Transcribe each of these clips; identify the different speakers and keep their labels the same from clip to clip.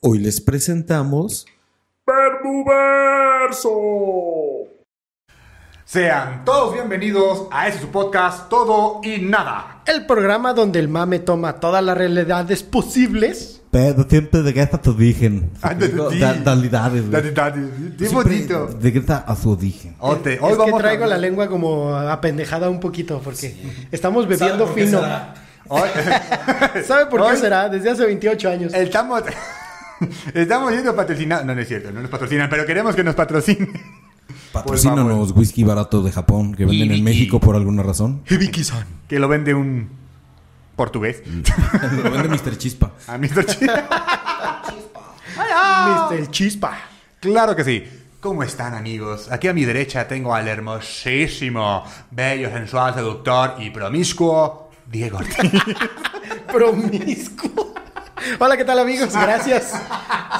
Speaker 1: Hoy les presentamos
Speaker 2: Verso.
Speaker 3: Sean todos bienvenidos a este su podcast Todo y Nada.
Speaker 4: El programa donde el mame toma todas las realidades posibles.
Speaker 5: Pero siempre regresa a su origen.
Speaker 3: Ah, de-
Speaker 5: No,
Speaker 3: de-
Speaker 5: da- Realidades. güey.
Speaker 3: Daddy, daddy, Qué
Speaker 5: Siempre
Speaker 3: bonito.
Speaker 5: Regresa a su origen.
Speaker 3: Ote,
Speaker 4: es que
Speaker 3: a
Speaker 4: traigo la
Speaker 3: hablar-
Speaker 4: lengua como apendejada un poquito porque estamos
Speaker 1: ¿Sabe
Speaker 4: bebiendo
Speaker 1: por qué
Speaker 4: fino.
Speaker 1: será?
Speaker 3: Hoy-
Speaker 4: ¿Sabe por qué
Speaker 3: Hoy-
Speaker 4: será? Desde hace 28 años.
Speaker 3: estamos, estamos yendo patrocinados. No, no es cierto, no nos patrocinan, pero queremos que nos patrocinen.
Speaker 5: Patrocínanos whisky barato de Japón que venden en México por alguna razón.
Speaker 3: Que lo vende un portugués.
Speaker 5: Lo vende Mr. Chispa.
Speaker 3: A Mr. Chi.
Speaker 4: Mr. Chispa.
Speaker 3: Claro que sí. ¿Cómo están amigos? Aquí a mi derecha tengo al hermosísimo, bello, sensual, seductor y promiscuo Diego Ortiz.
Speaker 4: Promiscuo. Hola, ¿qué tal amigos? Gracias.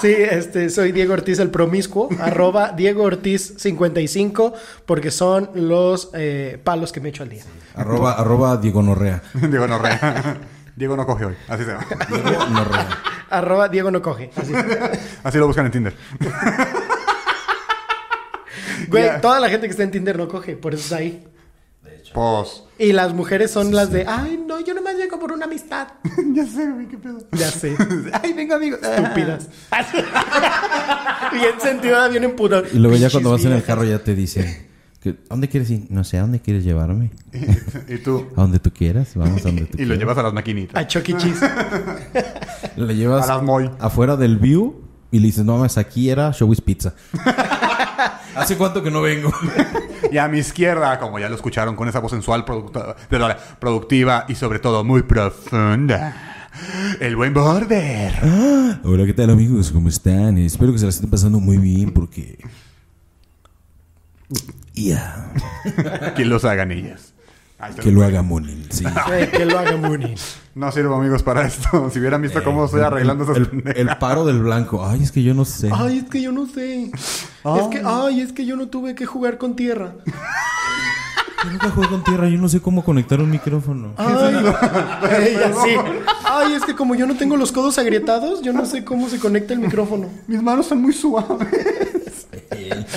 Speaker 4: Sí, este, soy Diego Ortiz el promiscuo, arroba Diego Ortiz 55, porque son los eh, palos que me echo al día.
Speaker 5: Arroba, arroba Diego Norrea.
Speaker 3: Diego no re- Diego no coge hoy. Así se va.
Speaker 5: Diego Norrea.
Speaker 4: Arroba Diego no coge. Así.
Speaker 3: Así lo buscan en Tinder.
Speaker 4: Güey,
Speaker 3: Ya.
Speaker 4: toda la gente que está en Tinder no coge, por eso está ahí.
Speaker 3: Pues.
Speaker 4: Y las mujeres son las de, ay, no, yo nomás llego por una amistad.
Speaker 3: ya sé, güey, qué pedo.
Speaker 4: Ya sé.
Speaker 3: Ay, venga, amigos.
Speaker 4: Estúpidas. bien sentida, bien emputada.
Speaker 5: Y luego ya cuando vas en el carro ya te dice... que, ¿A dónde quieres ir? No sé, ¿a dónde quieres llevarme?
Speaker 3: Y, y tú.
Speaker 5: A donde tú quieras, vamos a donde tú
Speaker 3: Y lo
Speaker 5: quieras.
Speaker 3: llevas a las
Speaker 4: A
Speaker 3: maquinitas.
Speaker 4: Chucky Cheese.
Speaker 5: Lo llevas
Speaker 3: a las mall.
Speaker 5: afuera del view y le dices, no mames, aquí era Showbiz Pizza. ¿Hace cuánto que no vengo?
Speaker 3: Y a mi izquierda, como ya lo escucharon, con esa voz sensual, producta- perdón, productiva y sobre todo muy profunda. El buen border.
Speaker 5: Hola, ¿qué tal amigos? ¿Cómo están? Espero que se la estén pasando muy bien porque... Ya,
Speaker 3: Que los hagan ellas. Ahí está.
Speaker 5: que lo haga Monin, sí.
Speaker 4: Güey, que lo haga Mooney.
Speaker 3: No sirvo, amigos, para esto. Si hubieran visto cómo estoy arreglando esas
Speaker 5: Eh, el,
Speaker 3: pendejas.
Speaker 5: el paro del blanco. Ay, es que yo no sé.
Speaker 4: Ay, es que yo no sé. Es que, ay, es que yo no tuve que jugar con tierra.
Speaker 5: Yo nunca jugué con tierra, yo no sé cómo conectar un micrófono.
Speaker 4: Ay, Ey, así. Ay, es que como yo no tengo los codos agrietados, yo no sé cómo se conecta el micrófono.
Speaker 3: Mis manos son muy suaves.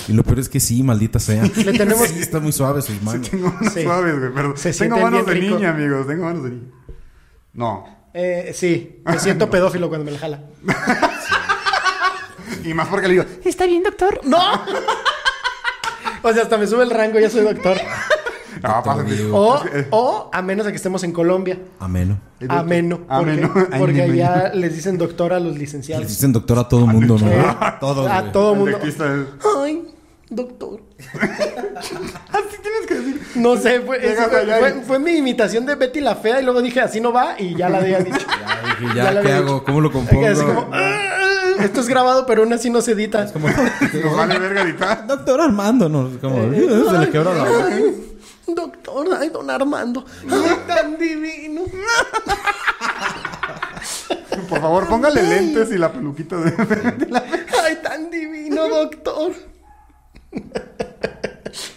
Speaker 5: Y lo peor es que sí, maldita sea.
Speaker 4: Le tenemos-
Speaker 5: Sí, está muy suave sus manos.
Speaker 3: Tengo manos
Speaker 4: Sí.
Speaker 3: suaves, güey, perdón.
Speaker 4: Se
Speaker 3: Tengo
Speaker 4: sienten
Speaker 3: manos de
Speaker 4: bien rico.
Speaker 3: niña, amigos. Tengo manos de niña. No.
Speaker 4: Eh, sí, me siento pedófilo cuando me la jala.
Speaker 3: Y más porque le digo,
Speaker 6: ¿Está bien, doctor?
Speaker 4: ¡No! O sea, hasta me sube el rango, ya soy doctor.
Speaker 3: no, pásate.
Speaker 5: Diego.
Speaker 4: O, o a menos a que estemos en Colombia.
Speaker 5: Ameno.
Speaker 4: Ameno.
Speaker 3: Ameno.
Speaker 4: Porque,
Speaker 3: Ay,
Speaker 4: porque
Speaker 3: mi niña.
Speaker 4: allá les dicen doctor a los
Speaker 5: Le
Speaker 4: licenciados.
Speaker 5: dicen doctor a todo mundo, ¿no? Todos,
Speaker 4: Ah, A
Speaker 5: güey.
Speaker 4: todo
Speaker 3: El
Speaker 4: mundo.
Speaker 3: dentista es-
Speaker 4: Ay, doctor.
Speaker 3: Así tienes que decir.
Speaker 4: No sé, fue,
Speaker 3: Llegas
Speaker 4: ese fue-
Speaker 3: allá y-
Speaker 4: fue- fue mi imitación de Betty la Fea y luego dije, así no va y ya la había dicho.
Speaker 5: Dije,
Speaker 4: Ya
Speaker 5: ya,
Speaker 4: lo
Speaker 5: ¿qué
Speaker 4: había
Speaker 5: hago?
Speaker 4: dicho.
Speaker 5: ¿Cómo lo compongo?
Speaker 4: Así como, "Ah, esto es grabado, pero aún así no se edita.
Speaker 3: Nos vale verga editar.
Speaker 5: Doctor Armando, no, es como, se le quebra la boca.
Speaker 4: Eh, Ay, doctor, ay, don Armando. Ay, tan divino.
Speaker 3: Por favor, póngale lentes y la peluquita de.
Speaker 4: Ay, tan divino, doctor.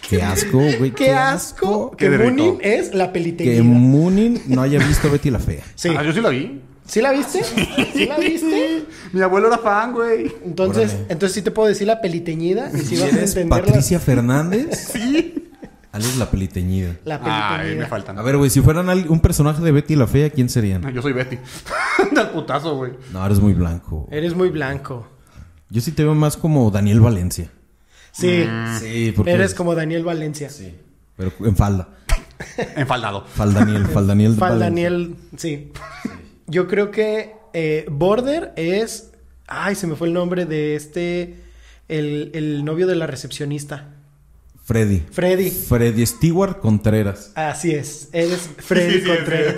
Speaker 5: Qué asco, güey.
Speaker 4: Qué asco
Speaker 3: Qué
Speaker 4: que
Speaker 3: rico.
Speaker 4: Moonin es la
Speaker 5: Que
Speaker 4: pelitería.
Speaker 5: Moonin no haya visto Betty la Fea.
Speaker 4: Sí.
Speaker 3: Ah, yo sí la vi.
Speaker 4: ¿Sí la viste? ¿Sí la viste?
Speaker 3: Mi abuelo era fan, güey.
Speaker 4: Entonces,
Speaker 5: Órale.
Speaker 4: entonces sí te puedo decir la peliteñida y si vas a
Speaker 5: ¿Eres
Speaker 4: entender
Speaker 5: Patricia Fernández? Sí. Alex la peliteñida.
Speaker 4: la, la
Speaker 3: Ay, me
Speaker 4: peliteñida.
Speaker 3: faltan.
Speaker 5: A ver, güey, si fueran al- un personaje de Betty la Fea, ¿quién serían?
Speaker 3: Yo soy Betty. Del putazo, güey.
Speaker 5: No, eres muy blanco.
Speaker 4: Eres muy blanco.
Speaker 5: Yo sí te veo más como Daniel Valencia.
Speaker 4: Sí.
Speaker 3: Mm.
Speaker 5: Sí,
Speaker 4: Eres como Daniel Valencia.
Speaker 5: Sí. Pero en falda.
Speaker 3: Enfaldado.
Speaker 5: Fal Daniel, Fal Daniel.
Speaker 4: Fal
Speaker 5: Valencia.
Speaker 4: Daniel, sí. Yo creo que eh, Border es. Ay, se me fue el nombre de este. El, el novio de la recepcionista.
Speaker 5: Freddy.
Speaker 4: Freddy.
Speaker 5: Freddy Stewart Contreras.
Speaker 4: Así es. Eres Freddy
Speaker 3: Sí, sí, sí.
Speaker 4: Contreras.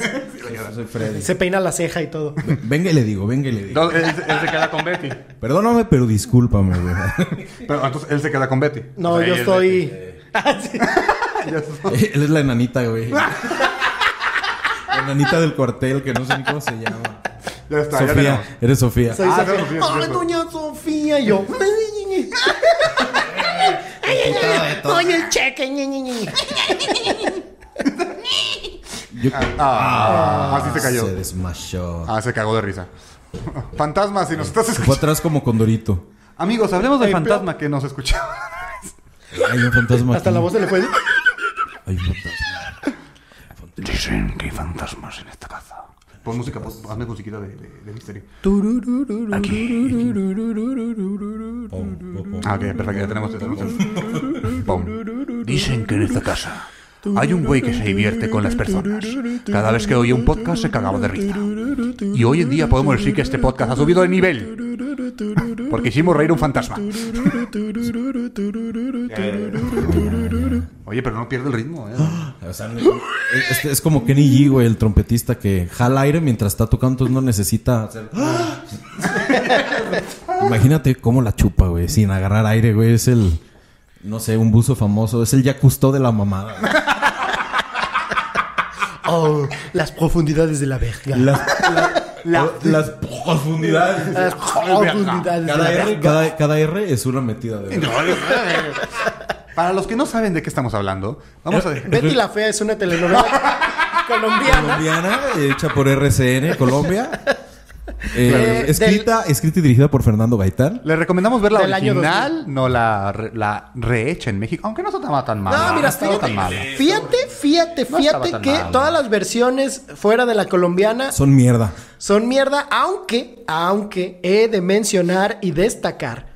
Speaker 5: Yo soy Freddy.
Speaker 4: Se peina la ceja y todo.
Speaker 5: Venga y le digo, venga y le digo.
Speaker 3: No, él, él se queda con Betty.
Speaker 5: Perdóname, pero discúlpame, güey.
Speaker 3: Pero entonces él se queda con Betty.
Speaker 4: No,
Speaker 3: O sea,
Speaker 4: yo
Speaker 3: ella es
Speaker 4: estoy. Ah, sí.
Speaker 3: Betty. Ella es-
Speaker 5: Él es la enanita, güey. La enanita del cuartel, que no sé ni cómo se llama.
Speaker 4: Ah,
Speaker 3: Ya está, ya tenemos.
Speaker 5: Sofía, eres Sofía.
Speaker 4: Soy
Speaker 3: Ah,
Speaker 4: Sofía.
Speaker 3: no, Sofía, es
Speaker 4: Ay,
Speaker 3: cierto.
Speaker 4: doña Sofía, y yo. Oye, el cheque, ñe, ñe, ñe.
Speaker 5: Yo-
Speaker 3: Ah, así se
Speaker 5: Se
Speaker 3: cayó.
Speaker 4: ah,
Speaker 5: desmayó.
Speaker 3: Ah, se cagó de risa. Fantasma, si nos estás
Speaker 5: Fue
Speaker 3: escuchando.
Speaker 5: atrás como Condorito.
Speaker 3: Amigos, hablemos del
Speaker 4: Ay,
Speaker 3: fantasma que nos escuchaba.
Speaker 5: Hay un fantasma.
Speaker 4: Hasta
Speaker 5: aquí.
Speaker 4: la voz Ah, se le fue.
Speaker 5: Hay un fantasma.
Speaker 3: Dicen que hay fantasmas en esta casa. Pon música, pon, hazme musiquita de, de, de misterio.
Speaker 5: Oh, oh, oh.
Speaker 3: Ah, ok, perfecto, ya tenemos. ya tenemos. Pum. Dicen que en esta casa hay un güey que se divierte con las personas. Cada vez que oye un podcast se cagaba de risa. Y hoy en día podemos decir que este podcast ha subido de nivel. Porque hicimos reír un fantasma. Oye, pero no pierde el ritmo. ¿eh?
Speaker 5: O sea, es- es, es como Kenny G, güey, el trompetista que jala aire mientras está tocando, entonces no necesita hacer- Imagínate cómo la chupa, güey, sin agarrar aire, güey. Es el, no sé, un buzo famoso. Es el ya custó de la mamada. güey.
Speaker 4: Oh, las profundidades de la verga.
Speaker 5: Las, la- las profundidades.
Speaker 4: Las profundidades de la
Speaker 5: Cada R,
Speaker 4: verga.
Speaker 5: cada, cada R es una metida de. verga.
Speaker 3: Para los que no saben de qué estamos hablando, vamos a
Speaker 4: Betty la Fea es una telenovela colombiana.
Speaker 5: Colombiana, hecha por RCN Colombia. Eh,
Speaker 4: Claro.
Speaker 5: escrita, escrita y dirigida por Fernando Gaitán.
Speaker 3: Les recomendamos ver la
Speaker 4: Del año
Speaker 3: original, no la, re- la rehecha en México, aunque no estaba tan mal.
Speaker 4: No, mira,
Speaker 3: estaba tan mal.
Speaker 4: fíjate, fíjate, fíjate,
Speaker 3: No estaba
Speaker 4: fíjate
Speaker 3: tan
Speaker 4: que
Speaker 3: mal.
Speaker 4: todas las versiones fuera de la colombiana
Speaker 5: Son mierda.
Speaker 4: son mierda, aunque, aunque he de mencionar y destacar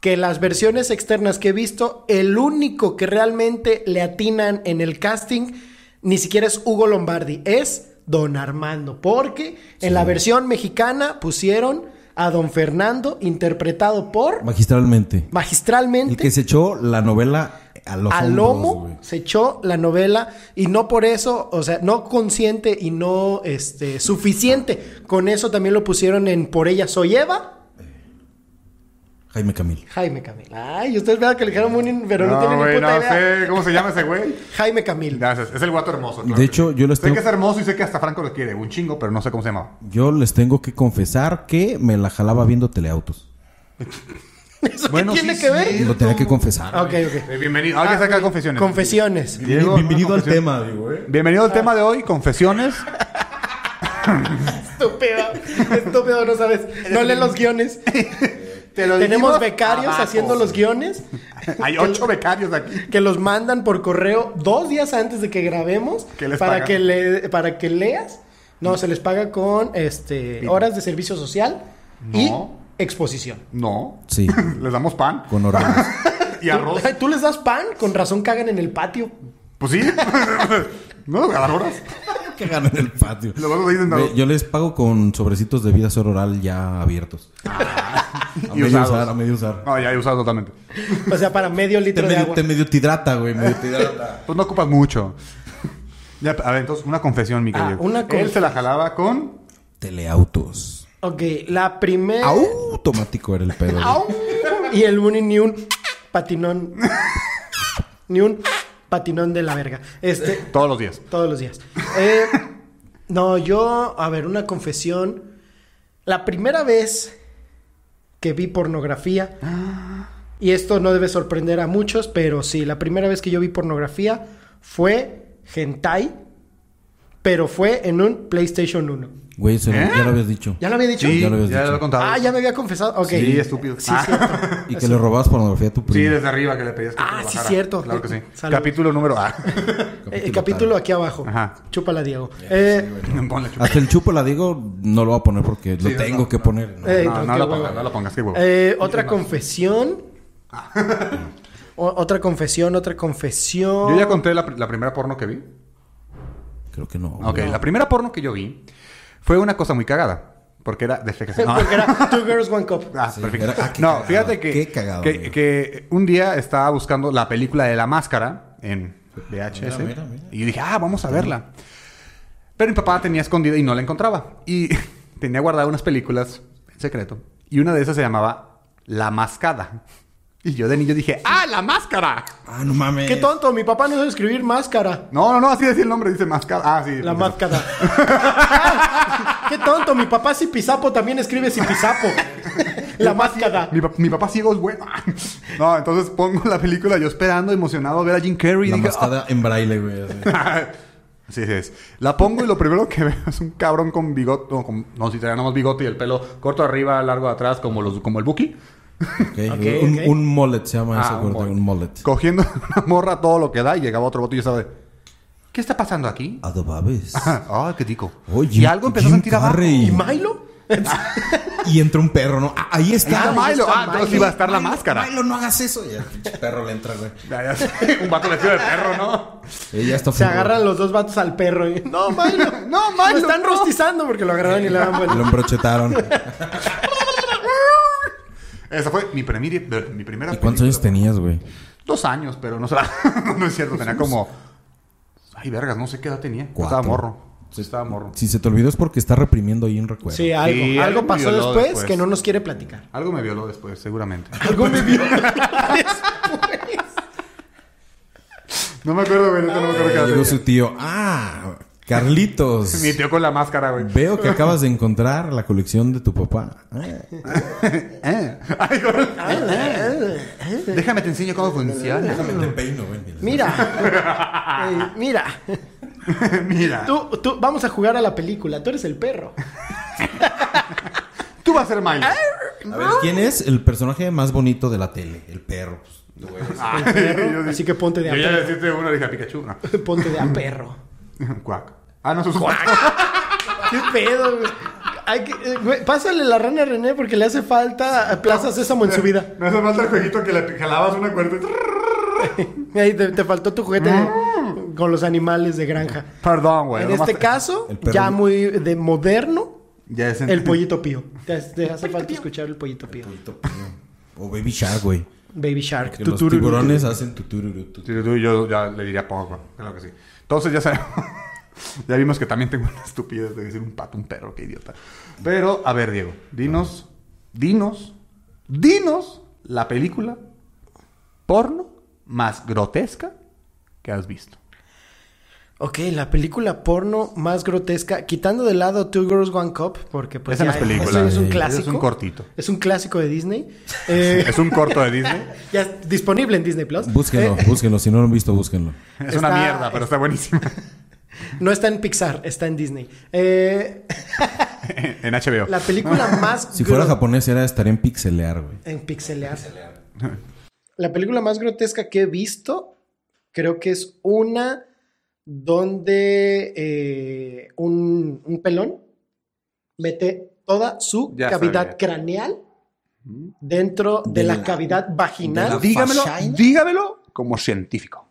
Speaker 4: que las versiones externas que he visto, el único que realmente le atinan en el casting ni siquiera es Hugo Lombardi, es Don Armando, porque en la versión mexicana pusieron a Don Fernando interpretado por
Speaker 5: Magistralmente. El
Speaker 4: magistralmente
Speaker 5: que se echó la novela a los
Speaker 4: al
Speaker 5: hombros,
Speaker 4: lomo
Speaker 5: güey.
Speaker 4: se echó la novela y no por eso, o sea, no consciente y no este suficiente. Con eso también lo pusieron en Por ella soy Eva.
Speaker 5: Jaime Camil.
Speaker 4: Jaime Camil. Ay, ustedes vean que le dijeron muy, in- pero no, tienen
Speaker 3: güey,
Speaker 4: ni
Speaker 3: no
Speaker 4: puta idea.
Speaker 3: sé cómo se llama ese güey.
Speaker 4: Jaime Camil.
Speaker 3: Gracias, es el guato hermoso. claro
Speaker 5: De
Speaker 3: que
Speaker 5: hecho,
Speaker 3: sí.
Speaker 5: yo lo
Speaker 3: Sé
Speaker 5: estoy-
Speaker 3: que es hermoso y sé que hasta Franco lo quiere, un chingo, pero no sé cómo se llama.
Speaker 5: Yo les tengo que confesar que me la jalaba viendo teleautos.
Speaker 4: ¿Eso
Speaker 3: Bueno,
Speaker 4: qué tiene
Speaker 3: sí,
Speaker 4: que ver?
Speaker 5: Lo tenía que confesar.
Speaker 4: Ah, Ok, ok.
Speaker 3: Eh, bienvenido, alguien
Speaker 4: Ah,
Speaker 3: saca confesiones.
Speaker 4: Confesiones.
Speaker 3: Diego,
Speaker 5: Bienvenido
Speaker 3: una
Speaker 5: al
Speaker 3: confesión.
Speaker 5: tema, digo, eh.
Speaker 3: Bienvenido al tema de hoy, confesiones.
Speaker 4: Estúpido. Estúpido, no sabes. No lee los guiones.
Speaker 3: Te lo
Speaker 4: Tenemos
Speaker 3: dijimos
Speaker 4: becarios
Speaker 3: abajo.
Speaker 4: haciendo los guiones.
Speaker 3: Hay ocho becarios aquí.
Speaker 4: que los mandan por correo dos días antes de que grabemos
Speaker 3: ¿Qué les
Speaker 4: para
Speaker 3: pagan?
Speaker 4: que le, para que leas. No, se les paga con este horas de servicio social y
Speaker 3: No.
Speaker 4: exposición.
Speaker 3: No.
Speaker 5: Sí.
Speaker 3: Les damos pan
Speaker 5: Con horarios.
Speaker 3: y arroz.
Speaker 4: Ay, Tú les das pan, con razón cagan en el patio.
Speaker 3: Pues sí. no, ganar horas.
Speaker 5: que ganan el patio.
Speaker 3: Lo vamos a ir sentados.
Speaker 5: Ve, Yo les pago con sobrecitos de vida oral ya abiertos. A medio
Speaker 3: usados.
Speaker 5: usar, a medio usar.
Speaker 3: No, ya he usado totalmente.
Speaker 4: O sea, para medio
Speaker 5: Te
Speaker 4: litro de
Speaker 5: medio,
Speaker 4: agua.
Speaker 5: te medio tidrata, güey. Medio tidrata.
Speaker 3: Pues no ocupas mucho. Ya, a ver, entonces, una confesión, mi
Speaker 4: Ah,
Speaker 3: querido.
Speaker 4: una
Speaker 3: Él
Speaker 4: confes-
Speaker 3: se la jalaba con.
Speaker 5: teleautos.
Speaker 4: Ok, la
Speaker 3: Eh.
Speaker 4: primera.
Speaker 5: Automático era el pedo. güey.
Speaker 4: Au. Y el un ni un patinón. ni un patinón de la verga. Este,
Speaker 3: Todos los días.
Speaker 4: Todos los días. Eh, no, yo, a ver, una confesión. La primera vez que vi pornografía, y esto no debe sorprender a muchos, pero sí, la primera vez que yo vi pornografía fue hentai, pero fue en un PlayStation 1.
Speaker 5: Güey, eso
Speaker 3: ¿Eh?
Speaker 5: ya lo habías dicho.
Speaker 4: ¿Ya lo había dicho?
Speaker 3: Sí,
Speaker 5: Ya lo habías
Speaker 3: ya
Speaker 5: dicho.
Speaker 3: lo he contado.
Speaker 4: Ah, ya me había confesado. Ok.
Speaker 3: Sí, estúpido.
Speaker 4: Sí,
Speaker 3: Ah.
Speaker 4: cierto. Eh,
Speaker 5: Y que le robabas pornografía a tu
Speaker 3: Sí,
Speaker 5: primo.
Speaker 3: desde arriba que le pedías que
Speaker 4: Ah,
Speaker 3: te lo
Speaker 4: sí,
Speaker 3: bajara.
Speaker 4: cierto.
Speaker 3: Claro que sí.
Speaker 4: Salud.
Speaker 3: Capítulo número A.
Speaker 4: Eh, el capítulo aquí abajo.
Speaker 3: Ajá.
Speaker 4: Chúpala, Diego. Eh,
Speaker 3: Ponle chupa.
Speaker 5: Hasta el chupo la digo, no lo voy a poner porque
Speaker 3: Sí,
Speaker 5: lo
Speaker 3: no,
Speaker 5: tengo
Speaker 3: no,
Speaker 5: que
Speaker 3: no.
Speaker 5: poner. ¿no?
Speaker 4: Eh,
Speaker 3: No, no
Speaker 4: qué
Speaker 3: lo
Speaker 4: hueva.
Speaker 3: pongas, no lo pongas, qué huevo.
Speaker 4: Eh, otra confesión. O- otra confesión, otra confesión.
Speaker 3: Yo ya conté la, pr- la primera porno que vi.
Speaker 5: Creo que no.
Speaker 3: Ok, la primera porno que yo vi fue una cosa muy cagada. Porque era de flexión. No.
Speaker 4: Porque era Two Girls One Cup.
Speaker 3: Ah,
Speaker 5: Sí,
Speaker 3: perfecto.
Speaker 5: era- ah, qué
Speaker 3: no,
Speaker 5: cagado,
Speaker 3: fíjate que,
Speaker 5: qué cagado,
Speaker 3: que,
Speaker 5: amigo.
Speaker 3: que un día estaba buscando la película de la máscara en VHS.
Speaker 5: Mira, mira, mira.
Speaker 3: Y yo dije, ah, vamos a verla. Pero mi papá la tenía escondida y no la encontraba. Y tenía guardada unas películas en secreto. Y una de esas se llamaba La Mascada. Y yo de niño dije, ¡ah, la máscara!
Speaker 5: Ah, no mames.
Speaker 4: Qué tonto, mi papá no sabe escribir máscara.
Speaker 3: No, no, no, así decía el nombre, dice máscara. Ah, sí.
Speaker 4: La
Speaker 3: pues,
Speaker 4: máscara. Qué tonto, mi papá si pisapo también escribe si pisapo. La máscara.
Speaker 3: Mi, pa- mi papá ciego es bueno. No, entonces pongo la película yo esperando, emocionado, a ver a Jim Carrey.
Speaker 5: La
Speaker 3: y dije,
Speaker 5: mascada en braille, güey. así.
Speaker 3: Sí, sí, es. La pongo y lo primero que veo es un cabrón con bigote. No, con- no, si tenía nada más bigote y el pelo corto arriba, largo atrás, como, los, como el Buki.
Speaker 5: Ok, un,
Speaker 4: ok.
Speaker 5: un mullet se llama
Speaker 3: Ah,
Speaker 5: ese
Speaker 3: un
Speaker 5: corte,
Speaker 3: mullet.
Speaker 5: un mullet.
Speaker 3: Cogiendo una morra todo lo que da y llegaba otro bote y yo estaba de, ¿Qué está pasando aquí?
Speaker 5: Adobabes.
Speaker 3: Ah, qué tico.
Speaker 5: Oye,
Speaker 3: y algo empezó a
Speaker 5: Jim
Speaker 3: sentir abajo.
Speaker 5: Carrey.
Speaker 4: ¿Y Milo?
Speaker 5: Y entra un perro, ¿no? Ah, ahí está.
Speaker 3: Está
Speaker 4: ahí
Speaker 3: Milo.
Speaker 4: está
Speaker 3: Ah, entonces
Speaker 4: Milo.
Speaker 3: iba a estar la máscara.
Speaker 5: Milo, no hagas eso. Y el pinche perro le entra, güey.
Speaker 3: Ya, ya sé, un vato vestido de perro, ¿no?
Speaker 5: Ella está
Speaker 4: Se agarran los dos vatos al perro. y- No, Milo.
Speaker 3: No,
Speaker 4: Lo
Speaker 3: Milo.
Speaker 4: están rostizando porque lo agarraron y le dan
Speaker 5: Lo
Speaker 4: vuelta.
Speaker 5: embrochetaron.
Speaker 3: Esa fue mi, premi- mi primera
Speaker 5: ¿Y cuántos años
Speaker 3: película.
Speaker 5: tenías, güey?
Speaker 3: Dos años, pero no será. no es cierto, tenía como. Ay, vergas, no sé qué edad tenía. Yo
Speaker 5: Cuatro.
Speaker 3: Estaba morro. Sí, estaba morro.
Speaker 5: Si se te olvidó es porque está reprimiendo ahí un recuerdo.
Speaker 4: Sí, algo.
Speaker 3: Sí,
Speaker 4: algo
Speaker 3: algo
Speaker 4: pasó
Speaker 3: violó
Speaker 4: después,
Speaker 3: después.
Speaker 4: que no nos quiere platicar.
Speaker 3: Algo me violó después, seguramente.
Speaker 4: Algo me vio.
Speaker 3: No me acuerdo, güey. neta No me acuerdo qué edad
Speaker 5: Llegó
Speaker 3: tenía.
Speaker 5: su tío. Ah, Carlitos.
Speaker 3: Mi tío con la máscara, güey.
Speaker 5: Veo que acabas de encontrar la colección de tu papá. Ah,
Speaker 3: Eh. Ay, güey. Déjame te enseño cómo funciona.
Speaker 4: Mira. Eh, mira.
Speaker 3: Mira, tú,
Speaker 4: Tú, tú, vamos a jugar a la película. Tú eres el perro.
Speaker 3: tú vas a ser Miles.
Speaker 5: A ver, ¿quién es el personaje más bonito de la tele? El perro. pues.
Speaker 3: Ah, yo sí-
Speaker 4: Así que ponte de a
Speaker 3: Yo ya le
Speaker 4: perro.
Speaker 3: deciste uno, dije a Pikachu. No.
Speaker 4: Ponte de a perro.
Speaker 3: Cuac. Ah, no, eso es un cuac.
Speaker 4: ¿Qué pedo, güey? Hay que- eh, güey, Pásale la rana a René porque le hace falta a Plaza Sésamo en su vida.
Speaker 3: Me hace falta el jueguito que le jalabas una cuerda. y-
Speaker 4: Ahí te, te faltó tu juguete de- con los animales de granja.
Speaker 3: Perdón, güey.
Speaker 4: en
Speaker 3: nomás
Speaker 4: este
Speaker 3: te-
Speaker 4: caso,
Speaker 5: El perro-
Speaker 4: ya muy de moderno,
Speaker 3: Ya es en-
Speaker 4: el pollito pío. Te, te hace falta escuchar el pollito pío.
Speaker 5: O Baby Shark, güey.
Speaker 4: Baby Shark.
Speaker 5: Que
Speaker 4: tu-
Speaker 5: los
Speaker 4: tururú.
Speaker 5: tiburones hacen tutururu.
Speaker 3: Sí, tú y yo ya le diría poco, claro que sí. Entonces ya sabemos. ya vimos que también tengo una estupidez de decir un pato, un perro, qué idiota. Pero, a ver, Diego, dinos, dinos, dinos la película porno más grotesca que has visto.
Speaker 4: Ok, la película porno más grotesca, quitando de lado Two Girls One Cup, porque pues
Speaker 3: Esa no
Speaker 4: ya
Speaker 3: es película.
Speaker 4: eso es un
Speaker 3: Sí,
Speaker 4: clásico.
Speaker 3: es un cortito.
Speaker 4: Es un clásico de Disney. Eh,
Speaker 3: Es un corto de Disney.
Speaker 4: ya es disponible en Disney Plus.
Speaker 5: Búsquenlo, búsquenlo. Si no lo han visto, búsquenlo.
Speaker 3: Es una
Speaker 4: Está-
Speaker 3: mierda, pero está buenísima.
Speaker 4: Eh, No está en Pixar, está en Disney. Eh,
Speaker 3: en HBO.
Speaker 4: la película más
Speaker 5: Si fuera
Speaker 4: gro-
Speaker 5: japonés, era estaría en pixelear, güey.
Speaker 4: en pixelear. La película más grotesca que he visto creo que es una donde eh, un, un pelón mete toda su
Speaker 3: Ya
Speaker 4: cavidad
Speaker 3: sabía.
Speaker 4: craneal dentro de,
Speaker 5: De
Speaker 4: la,
Speaker 5: la-
Speaker 4: cavidad vaginal.
Speaker 5: de la-
Speaker 3: dígamelo,
Speaker 5: Fascina.
Speaker 3: dígamelo como científico.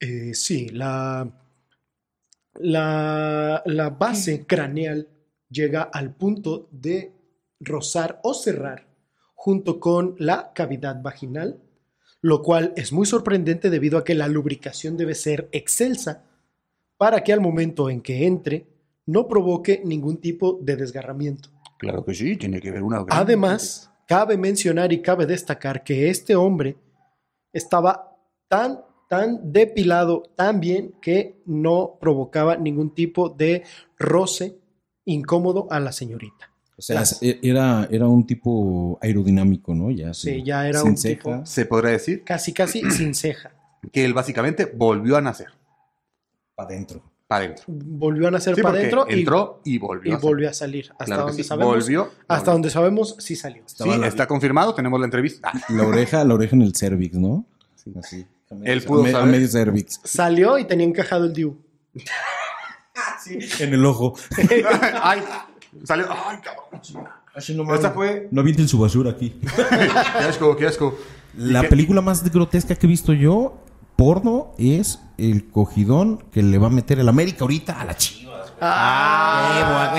Speaker 4: Eh, sí, la, la, la base craneal llega al punto de rozar o cerrar junto con la cavidad vaginal, lo cual es muy sorprendente debido a que la lubricación debe ser excelsa para que al momento en que entre no provoque ningún tipo de desgarramiento.
Speaker 3: Claro que sí, tiene que ver una.
Speaker 4: Además, cabe mencionar y cabe destacar que este hombre estaba tan, tan depilado, tan bien, que no provocaba ningún tipo de roce incómodo a la señorita.
Speaker 5: O sea, e, era, era un tipo aerodinámico, ¿no? Ya,
Speaker 4: Sí,
Speaker 5: sin-
Speaker 4: ya era
Speaker 5: sin
Speaker 4: un
Speaker 5: ceja.
Speaker 3: se podría decir
Speaker 4: Casi, casi sin ceja.
Speaker 3: que él básicamente volvió a nacer
Speaker 5: Para adentro.
Speaker 3: para adentro.
Speaker 4: Volvió a nacer
Speaker 3: Sí,
Speaker 4: para
Speaker 3: porque
Speaker 4: adentro y,
Speaker 3: entró y, volvió.
Speaker 4: y
Speaker 3: a salir.
Speaker 4: volvió a salir. Hasta
Speaker 3: Claro que
Speaker 4: donde
Speaker 3: sí,
Speaker 4: sabemos.
Speaker 3: volvió,
Speaker 4: Hasta
Speaker 3: volvió.
Speaker 4: donde sabemos, sí salió.
Speaker 3: Sí,
Speaker 5: Estaba la-
Speaker 3: está confirmado, tenemos la entrevista. Ah,
Speaker 5: La oreja, la oreja en el cervix, ¿no? Así.
Speaker 3: Él pudo
Speaker 5: a me- a
Speaker 3: saber.
Speaker 5: medio cervix.
Speaker 4: Salió y tenía encajado el DIU.
Speaker 5: En el ojo.
Speaker 3: Ay, salió. Ay, cabrón.
Speaker 5: Así no
Speaker 3: Esta fue.
Speaker 5: No avienten su basura aquí.
Speaker 3: Qué asco, qué asco.
Speaker 5: La
Speaker 3: ¿Y qué?
Speaker 5: película más grotesca que he visto yo, porno, es el cogidón que le va a meter el América ahorita a la chiva.
Speaker 3: Ah,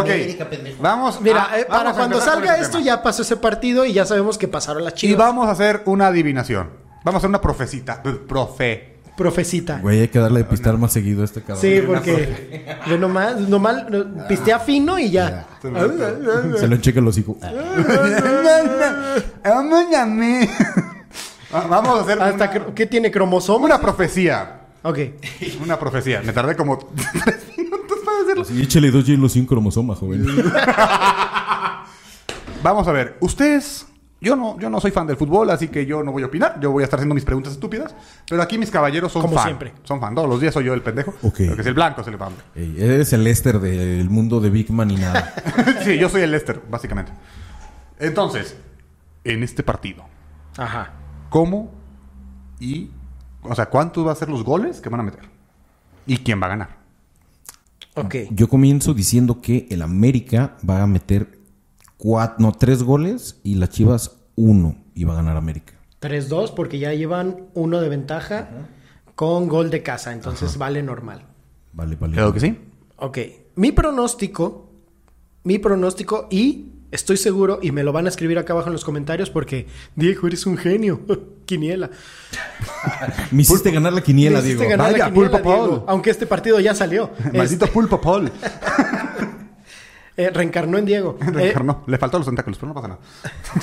Speaker 3: ok. Vamos.
Speaker 4: Mira,
Speaker 3: a-
Speaker 4: eh, para
Speaker 3: vamos a
Speaker 4: cuando
Speaker 3: empezar con
Speaker 4: salga
Speaker 3: este
Speaker 4: esto
Speaker 3: tema.
Speaker 4: ya pasó ese partido y ya sabemos que pasaron las
Speaker 3: Y
Speaker 4: chivas.
Speaker 3: vamos a hacer una adivinación. Vamos a hacer una profecita. Profe.
Speaker 4: Profecita.
Speaker 5: Güey, hay que darle de pistar más seguido a este cabrón.
Speaker 4: Sí, porque yo nomás, nomás
Speaker 3: Ah.
Speaker 4: no, pistea fino y ya.
Speaker 5: Se lo encheca el hocico.
Speaker 4: Ah.
Speaker 3: Amóñame. Va- Vamos a hacer
Speaker 4: Hasta
Speaker 3: una,
Speaker 4: que, ¿qué tiene cromosomas?
Speaker 3: una profecía.
Speaker 4: Ok.
Speaker 3: Una profecía. Me tardé como tres minutos para hacerlo.
Speaker 5: Y échale dos hielos y un cromosoma, joven.
Speaker 3: Vamos a ver, ¿ustedes Yo no, yo no soy fan del fútbol, así que yo no voy a opinar. Yo voy a estar haciendo mis preguntas estúpidas. Pero aquí mis caballeros son
Speaker 4: Como
Speaker 3: fan.
Speaker 4: siempre.
Speaker 3: Son fan. Todos los días soy yo el pendejo.
Speaker 5: Ok.
Speaker 3: Lo que es el blanco se le va.
Speaker 5: Ey, eres el Lester del mundo de Big Man y nada.
Speaker 3: sí, yo soy el Lester, básicamente. Entonces, en este partido,
Speaker 4: Ajá.
Speaker 3: ¿cómo y. O sea, ¿cuántos va a ser los goles que van a meter? ¿Y quién va a ganar?
Speaker 4: Ok.
Speaker 5: Yo comienzo diciendo que el América va a meter cuatro, no, tres goles y las Chivas uno y va a ganar América.
Speaker 4: 3-2 porque ya llevan uno de ventaja con gol de casa, entonces vale normal.
Speaker 5: Vale, vale.
Speaker 3: Creo que sí.
Speaker 4: Ok. Mi pronóstico, mi pronóstico y estoy seguro, y me lo van a escribir acá abajo en los comentarios porque, Diego, eres un genio. Quiniela.
Speaker 5: Me hiciste ganar la quiniela,
Speaker 4: Me hiciste
Speaker 5: Diego.
Speaker 4: ganar la
Speaker 3: Vaya,
Speaker 4: quiniela,
Speaker 3: Pulpo Paul.
Speaker 4: Diego, aunque este partido ya salió.
Speaker 3: Maldito pulpo Paul.
Speaker 4: Este, eh, reencarnó en Diego. Eh,
Speaker 3: Reencarnó. le faltó los tentáculos, pero no pasa nada.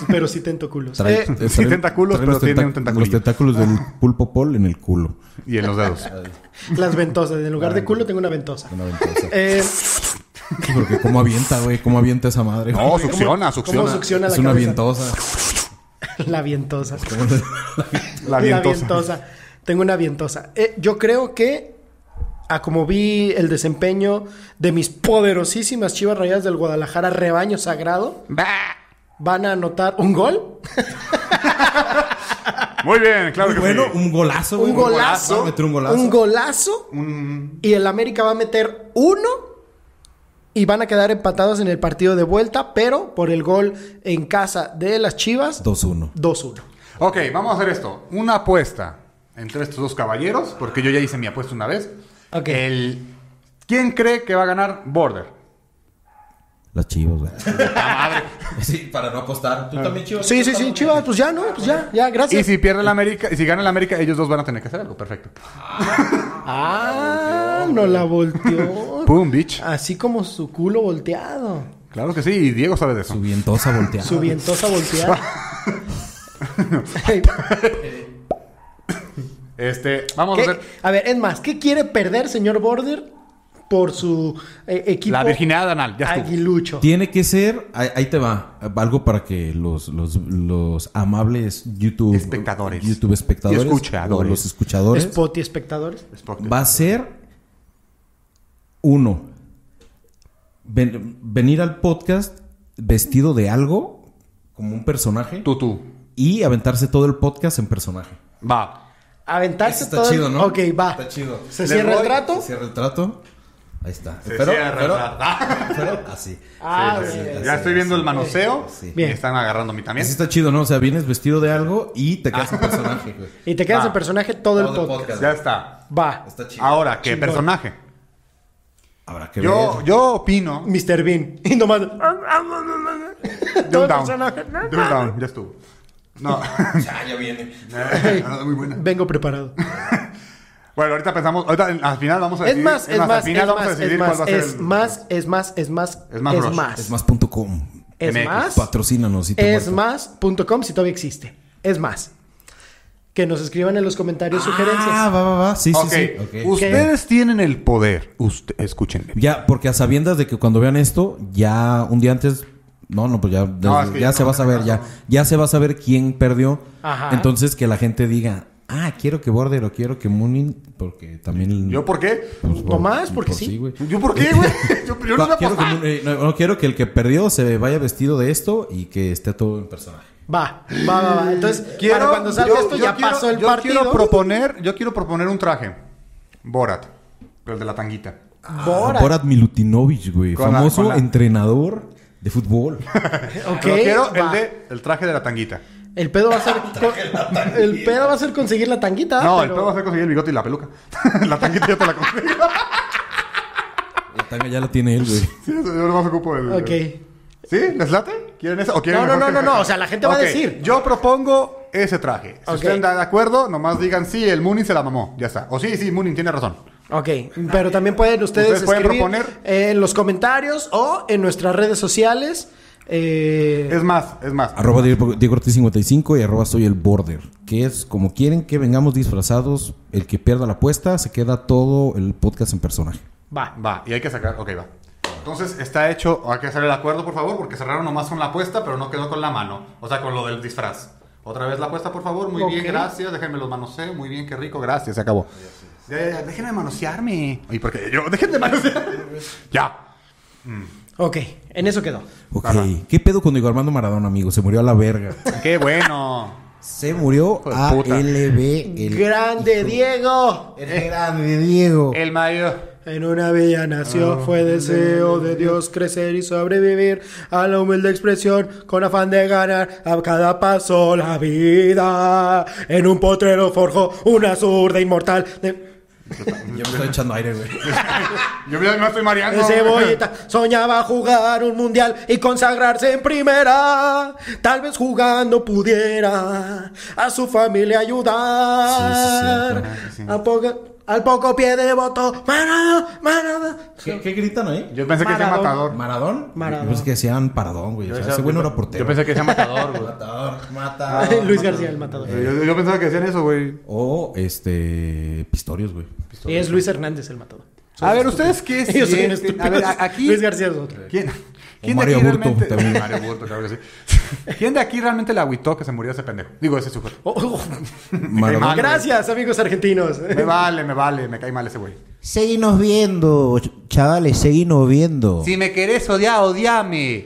Speaker 4: pero sí tentaculos.
Speaker 5: Trae-
Speaker 4: Eh,
Speaker 5: trae-
Speaker 3: sí, tentáculos,
Speaker 5: trae
Speaker 3: pero
Speaker 5: los
Speaker 3: tiene un
Speaker 5: Los
Speaker 3: tentaculillo.
Speaker 5: tentáculos del pulpo pol en el culo.
Speaker 3: Y en los dedos.
Speaker 4: las ventosas. En lugar de culo tengo una ventosa.
Speaker 5: Una ventosa.
Speaker 4: Eh,
Speaker 5: Porque cómo avienta, güey, cómo avienta esa madre.
Speaker 3: No, succiona,
Speaker 4: ¿Cómo
Speaker 3: succiona.
Speaker 4: succiona la
Speaker 5: es una
Speaker 4: cabeza?
Speaker 5: vientosa.
Speaker 4: La vientosa.
Speaker 3: La
Speaker 4: La
Speaker 3: vientosa.
Speaker 4: vientosa. Tengo una vientosa. Eh, yo creo que, a como vi el desempeño de mis poderosísimas chivas rayadas del Guadalajara, rebaño sagrado,
Speaker 3: Bah.
Speaker 4: van a anotar un gol.
Speaker 3: Muy bien, claro que
Speaker 5: Bueno,
Speaker 3: sí.
Speaker 5: un golazo, güey.
Speaker 4: Un golazo.
Speaker 5: Va a meter un golazo.
Speaker 4: Un golazo. Y el América va a meter uno. Y van a quedar empatados en el partido de vuelta, pero por el gol en casa de las Chivas,
Speaker 5: 2-1.
Speaker 4: 2-1.
Speaker 3: Ok, vamos a hacer esto. Una apuesta entre estos dos caballeros, porque yo ya hice mi apuesta una vez.
Speaker 4: Ok.
Speaker 3: El... ¿Quién cree que va a ganar Border?
Speaker 5: Las Chivas, güey. Sí, para no apostar. Tú también Chivas.
Speaker 4: Sí, sí, sí, Chivas, pues ya, ¿no? Pues ya, ya,
Speaker 3: Y
Speaker 4: gracias.
Speaker 3: si pierde el América, y si gana el América, ellos dos van a tener que hacer algo. Perfecto.
Speaker 4: Ah, no la volteó.
Speaker 3: Pum, bitch.
Speaker 4: Así como su culo volteado.
Speaker 3: Claro que sí, y Diego sabe de eso.
Speaker 5: Su vientosa volteada.
Speaker 4: Su vientosa volteada.
Speaker 3: Este, vamos
Speaker 4: ¿Qué?
Speaker 3: a hacer
Speaker 4: A ver, es más, ¿qué quiere perder, señor Border, por su eh, equipo
Speaker 3: la virginidad de anal. Ya estuvo.
Speaker 4: aguilucho?
Speaker 5: Tiene que ser, ahí, ahí te va, algo para que los, los, los amables YouTube
Speaker 3: Espectadores.
Speaker 5: YouTube espectadores
Speaker 3: Y escuchadores.
Speaker 5: o los escuchadores
Speaker 4: Spot y espectadores.
Speaker 3: Spock.
Speaker 5: va a ser uno ven- venir al podcast vestido de algo como un personaje
Speaker 3: Tú, tú.
Speaker 5: y aventarse todo el podcast en personaje.
Speaker 3: Va.
Speaker 4: Aventarse
Speaker 5: Eso está
Speaker 4: todo el-
Speaker 5: chido, ¿no?
Speaker 4: Ok, va.
Speaker 5: Está chido.
Speaker 4: ¿Se
Speaker 3: Le
Speaker 4: cierra el
Speaker 3: voy-
Speaker 4: trato?
Speaker 5: Se cierra el trato. Ahí está.
Speaker 3: Se
Speaker 5: pero,
Speaker 3: cierra el
Speaker 5: pero-
Speaker 3: trato.
Speaker 5: pero así.
Speaker 4: Ah,
Speaker 5: Sí,
Speaker 4: bien.
Speaker 5: sí,
Speaker 3: Ya estoy viendo el manoseo.
Speaker 5: Sí.
Speaker 3: Y
Speaker 4: Bien.
Speaker 3: están agarrando a mí también.
Speaker 5: Así está chido, ¿no? O sea, vienes vestido de algo y te
Speaker 3: Ah.
Speaker 5: quedas en personaje, güey.
Speaker 4: Y te quedas
Speaker 3: Va.
Speaker 4: en personaje todo, el
Speaker 5: Todo el
Speaker 4: podcast.
Speaker 5: podcast.
Speaker 3: Ya está.
Speaker 4: Va.
Speaker 5: Está chido.
Speaker 3: Ahora, ¿qué
Speaker 4: Chingón.
Speaker 3: personaje?
Speaker 5: Habrá que
Speaker 3: Yo,
Speaker 5: ver.
Speaker 3: yo opino.
Speaker 4: Mr. Bean. Y nomás.
Speaker 3: De
Speaker 4: Todo
Speaker 3: un
Speaker 4: el
Speaker 3: down.
Speaker 4: personaje.
Speaker 3: De un down, ya estuvo. No.
Speaker 5: Ya, ya viene.
Speaker 3: Muy buena.
Speaker 4: Vengo preparado.
Speaker 3: Bueno, ahorita pensamos. Ahorita al final vamos a
Speaker 4: Es
Speaker 3: decidir.
Speaker 4: más, es
Speaker 3: al
Speaker 4: más,
Speaker 3: final
Speaker 4: es
Speaker 3: vamos a
Speaker 4: más,
Speaker 3: decidir
Speaker 4: es
Speaker 3: cuál
Speaker 4: más,
Speaker 3: va a ser.
Speaker 4: es
Speaker 3: el-
Speaker 4: más, es más, es más,
Speaker 3: Es más
Speaker 4: es
Speaker 3: Rush.
Speaker 4: más.
Speaker 5: Es más.com.
Speaker 4: Es
Speaker 3: MX.
Speaker 4: más.
Speaker 5: Patrocínanos. y te
Speaker 4: Es
Speaker 5: muerto.
Speaker 4: más.com si todavía existe. Es más. Que nos escriban en los comentarios
Speaker 5: Ah,
Speaker 4: sugerencias.
Speaker 5: va, va, va. Sí,
Speaker 3: Ok.
Speaker 5: sí, sí. Ok.
Speaker 3: Ustedes tienen el poder. Usted, escúchenme.
Speaker 5: Ya, porque a sabiendas de que cuando vean esto, ya un día antes. No, no, pues ya,
Speaker 3: No, es que
Speaker 5: ya
Speaker 3: ya
Speaker 5: se
Speaker 3: no,
Speaker 5: va a saber,
Speaker 3: no,
Speaker 5: ya,
Speaker 3: no.
Speaker 5: ya se va a saber quién perdió.
Speaker 4: Ajá.
Speaker 5: Entonces que la gente diga, ah, quiero que Border o quiero que Moonin, porque también.
Speaker 3: ¿Yo por qué?
Speaker 5: Pues, por-
Speaker 4: Nomás porque sí.
Speaker 5: güey.
Speaker 3: ¿Yo por qué, güey? Yo, yo no
Speaker 5: Va,
Speaker 3: voy a
Speaker 5: quiero, que,
Speaker 3: apostar.
Speaker 5: eh, no, no, quiero que el que perdió se vaya vestido de esto y que esté todo en personaje.
Speaker 4: Va, va, va, va. Entonces, para cuando salga
Speaker 3: yo-
Speaker 4: esto
Speaker 3: yo
Speaker 4: ya
Speaker 3: quiero-
Speaker 4: pasó el
Speaker 3: yo
Speaker 4: partido.
Speaker 3: Quiero proponer, yo quiero proponer un traje. Borat. Pero el de la tanguita.
Speaker 4: Borat.
Speaker 5: Borat Milutinovich, güey.
Speaker 3: Ah, Con la-
Speaker 5: famoso
Speaker 3: con la-
Speaker 5: entrenador de fútbol.
Speaker 4: Ok,
Speaker 3: Pero quiero el
Speaker 4: va.
Speaker 3: de el traje de la tanguita.
Speaker 4: El pedo va a ser. el pedo va a ser conseguir la tanguita.
Speaker 3: No, el
Speaker 4: Ah, pero-
Speaker 3: pedo va a ser conseguir el bigote y la peluca. la tanguita yo te la conseguí.
Speaker 5: La tanga ya la tiene él, güey.
Speaker 3: Sí, eso yo más ocupo el.
Speaker 4: Ok.
Speaker 3: ¿Sí? ¿Les late? ¿Quieren eso? ¿O quieren
Speaker 4: No,
Speaker 3: mejor
Speaker 4: no,
Speaker 3: que
Speaker 4: no,
Speaker 3: el-
Speaker 4: no, no, o sea, la gente va a
Speaker 3: Ok,
Speaker 4: decir.
Speaker 3: Yo propongo ese traje. Si
Speaker 4: Ok.
Speaker 3: ustedes están de acuerdo, nomás digan sí, el Moonin se la mamó. Ya está. O sí, sí, Moonin tiene razón.
Speaker 4: Ok, pero también pueden ustedes,
Speaker 3: Ustedes pueden
Speaker 4: escribir,
Speaker 3: proponer.
Speaker 4: eh, en los comentarios o en nuestras redes sociales. eh,
Speaker 3: Es más, es más.
Speaker 5: Arroba Diego Diego Ortiz 55 y arroba soy el border. Que es como quieren que vengamos disfrazados. El que pierda la apuesta se queda todo el podcast en personaje.
Speaker 4: va.
Speaker 3: Va, y hay que sacar. Ok, va. Entonces está hecho, hay que hacer el acuerdo por favor, porque cerraron nomás con la apuesta, pero no quedó con la mano, o sea, con lo del disfraz. Otra vez la apuesta por favor, muy
Speaker 4: Ok.
Speaker 3: bien, gracias, déjenme los manoseo, muy bien, qué rico, gracias, se acabó. Ya, ya, ya, déjenme manosearme. Y porque yo, déjenme manosearme. ya.
Speaker 4: Ok, en eso quedó.
Speaker 5: Ok,
Speaker 3: Ajá.
Speaker 5: ¿qué pedo con Diego Armando Maradona, amigo? Se murió a la verga.
Speaker 3: Qué bueno.
Speaker 5: Se murió
Speaker 3: Hijo de
Speaker 5: a
Speaker 3: puta.
Speaker 5: LB. El,
Speaker 4: Grande Diego.
Speaker 5: el grande Diego.
Speaker 3: El mayor.
Speaker 4: En una villa
Speaker 3: Ah.
Speaker 4: nació, fue deseo de Dios crecer y sobrevivir a la humilde expresión con afán de ganar a cada paso la vida. En un potrero forjó una zurda inmortal de,
Speaker 5: Yo me estoy echando aire, güey.
Speaker 3: Yo me me estoy
Speaker 4: de
Speaker 3: mareando.
Speaker 4: cebollita. Soñaba jugar un mundial y consagrarse en primera. Tal vez jugando pudiera a su familia
Speaker 3: Sí,
Speaker 4: ayudar.
Speaker 3: sí, es cierto.
Speaker 4: A poca- al poco pie de voto, Maradona, Maradona.
Speaker 5: ¿Qué, qué gritan ahí?
Speaker 3: Yo pensé que decía
Speaker 4: Maradona.
Speaker 3: matador.
Speaker 5: ¿Maradón?
Speaker 4: Maradón.
Speaker 5: Yo pensé que decían paradón, güey. O sea, ese güey no era portero.
Speaker 3: Yo pensé que decía matador, güey.
Speaker 5: Matador,
Speaker 3: Ah,
Speaker 5: mata.
Speaker 4: Luis García, el matador.
Speaker 3: Yo, yo pensaba que decían eso, güey.
Speaker 5: O este. Pistorios, güey.
Speaker 4: Y es Luis Hernández el matador.
Speaker 3: A ver, ¿ustedes qué
Speaker 4: Ellos son
Speaker 3: sienten?
Speaker 4: estúpidos.
Speaker 3: A ver, a- aquí...
Speaker 4: Luis García es otro.
Speaker 3: ¿Quién, quién de
Speaker 5: Mario
Speaker 3: aquí
Speaker 5: Burto,
Speaker 3: realmente...
Speaker 5: también.
Speaker 3: Mario Burto, claro que sí. ¿Quién de aquí realmente le agüitó que se murió ese pendejo? Digo, ese sujeto.
Speaker 4: Oh, oh.
Speaker 5: Maradona.
Speaker 3: mal, güey.
Speaker 4: Gracias, amigos argentinos.
Speaker 3: Me vale, me vale, me cae mal ese güey.
Speaker 5: Seguinos viendo, chavales, seguinos viendo.
Speaker 3: me querés odiar, odiame.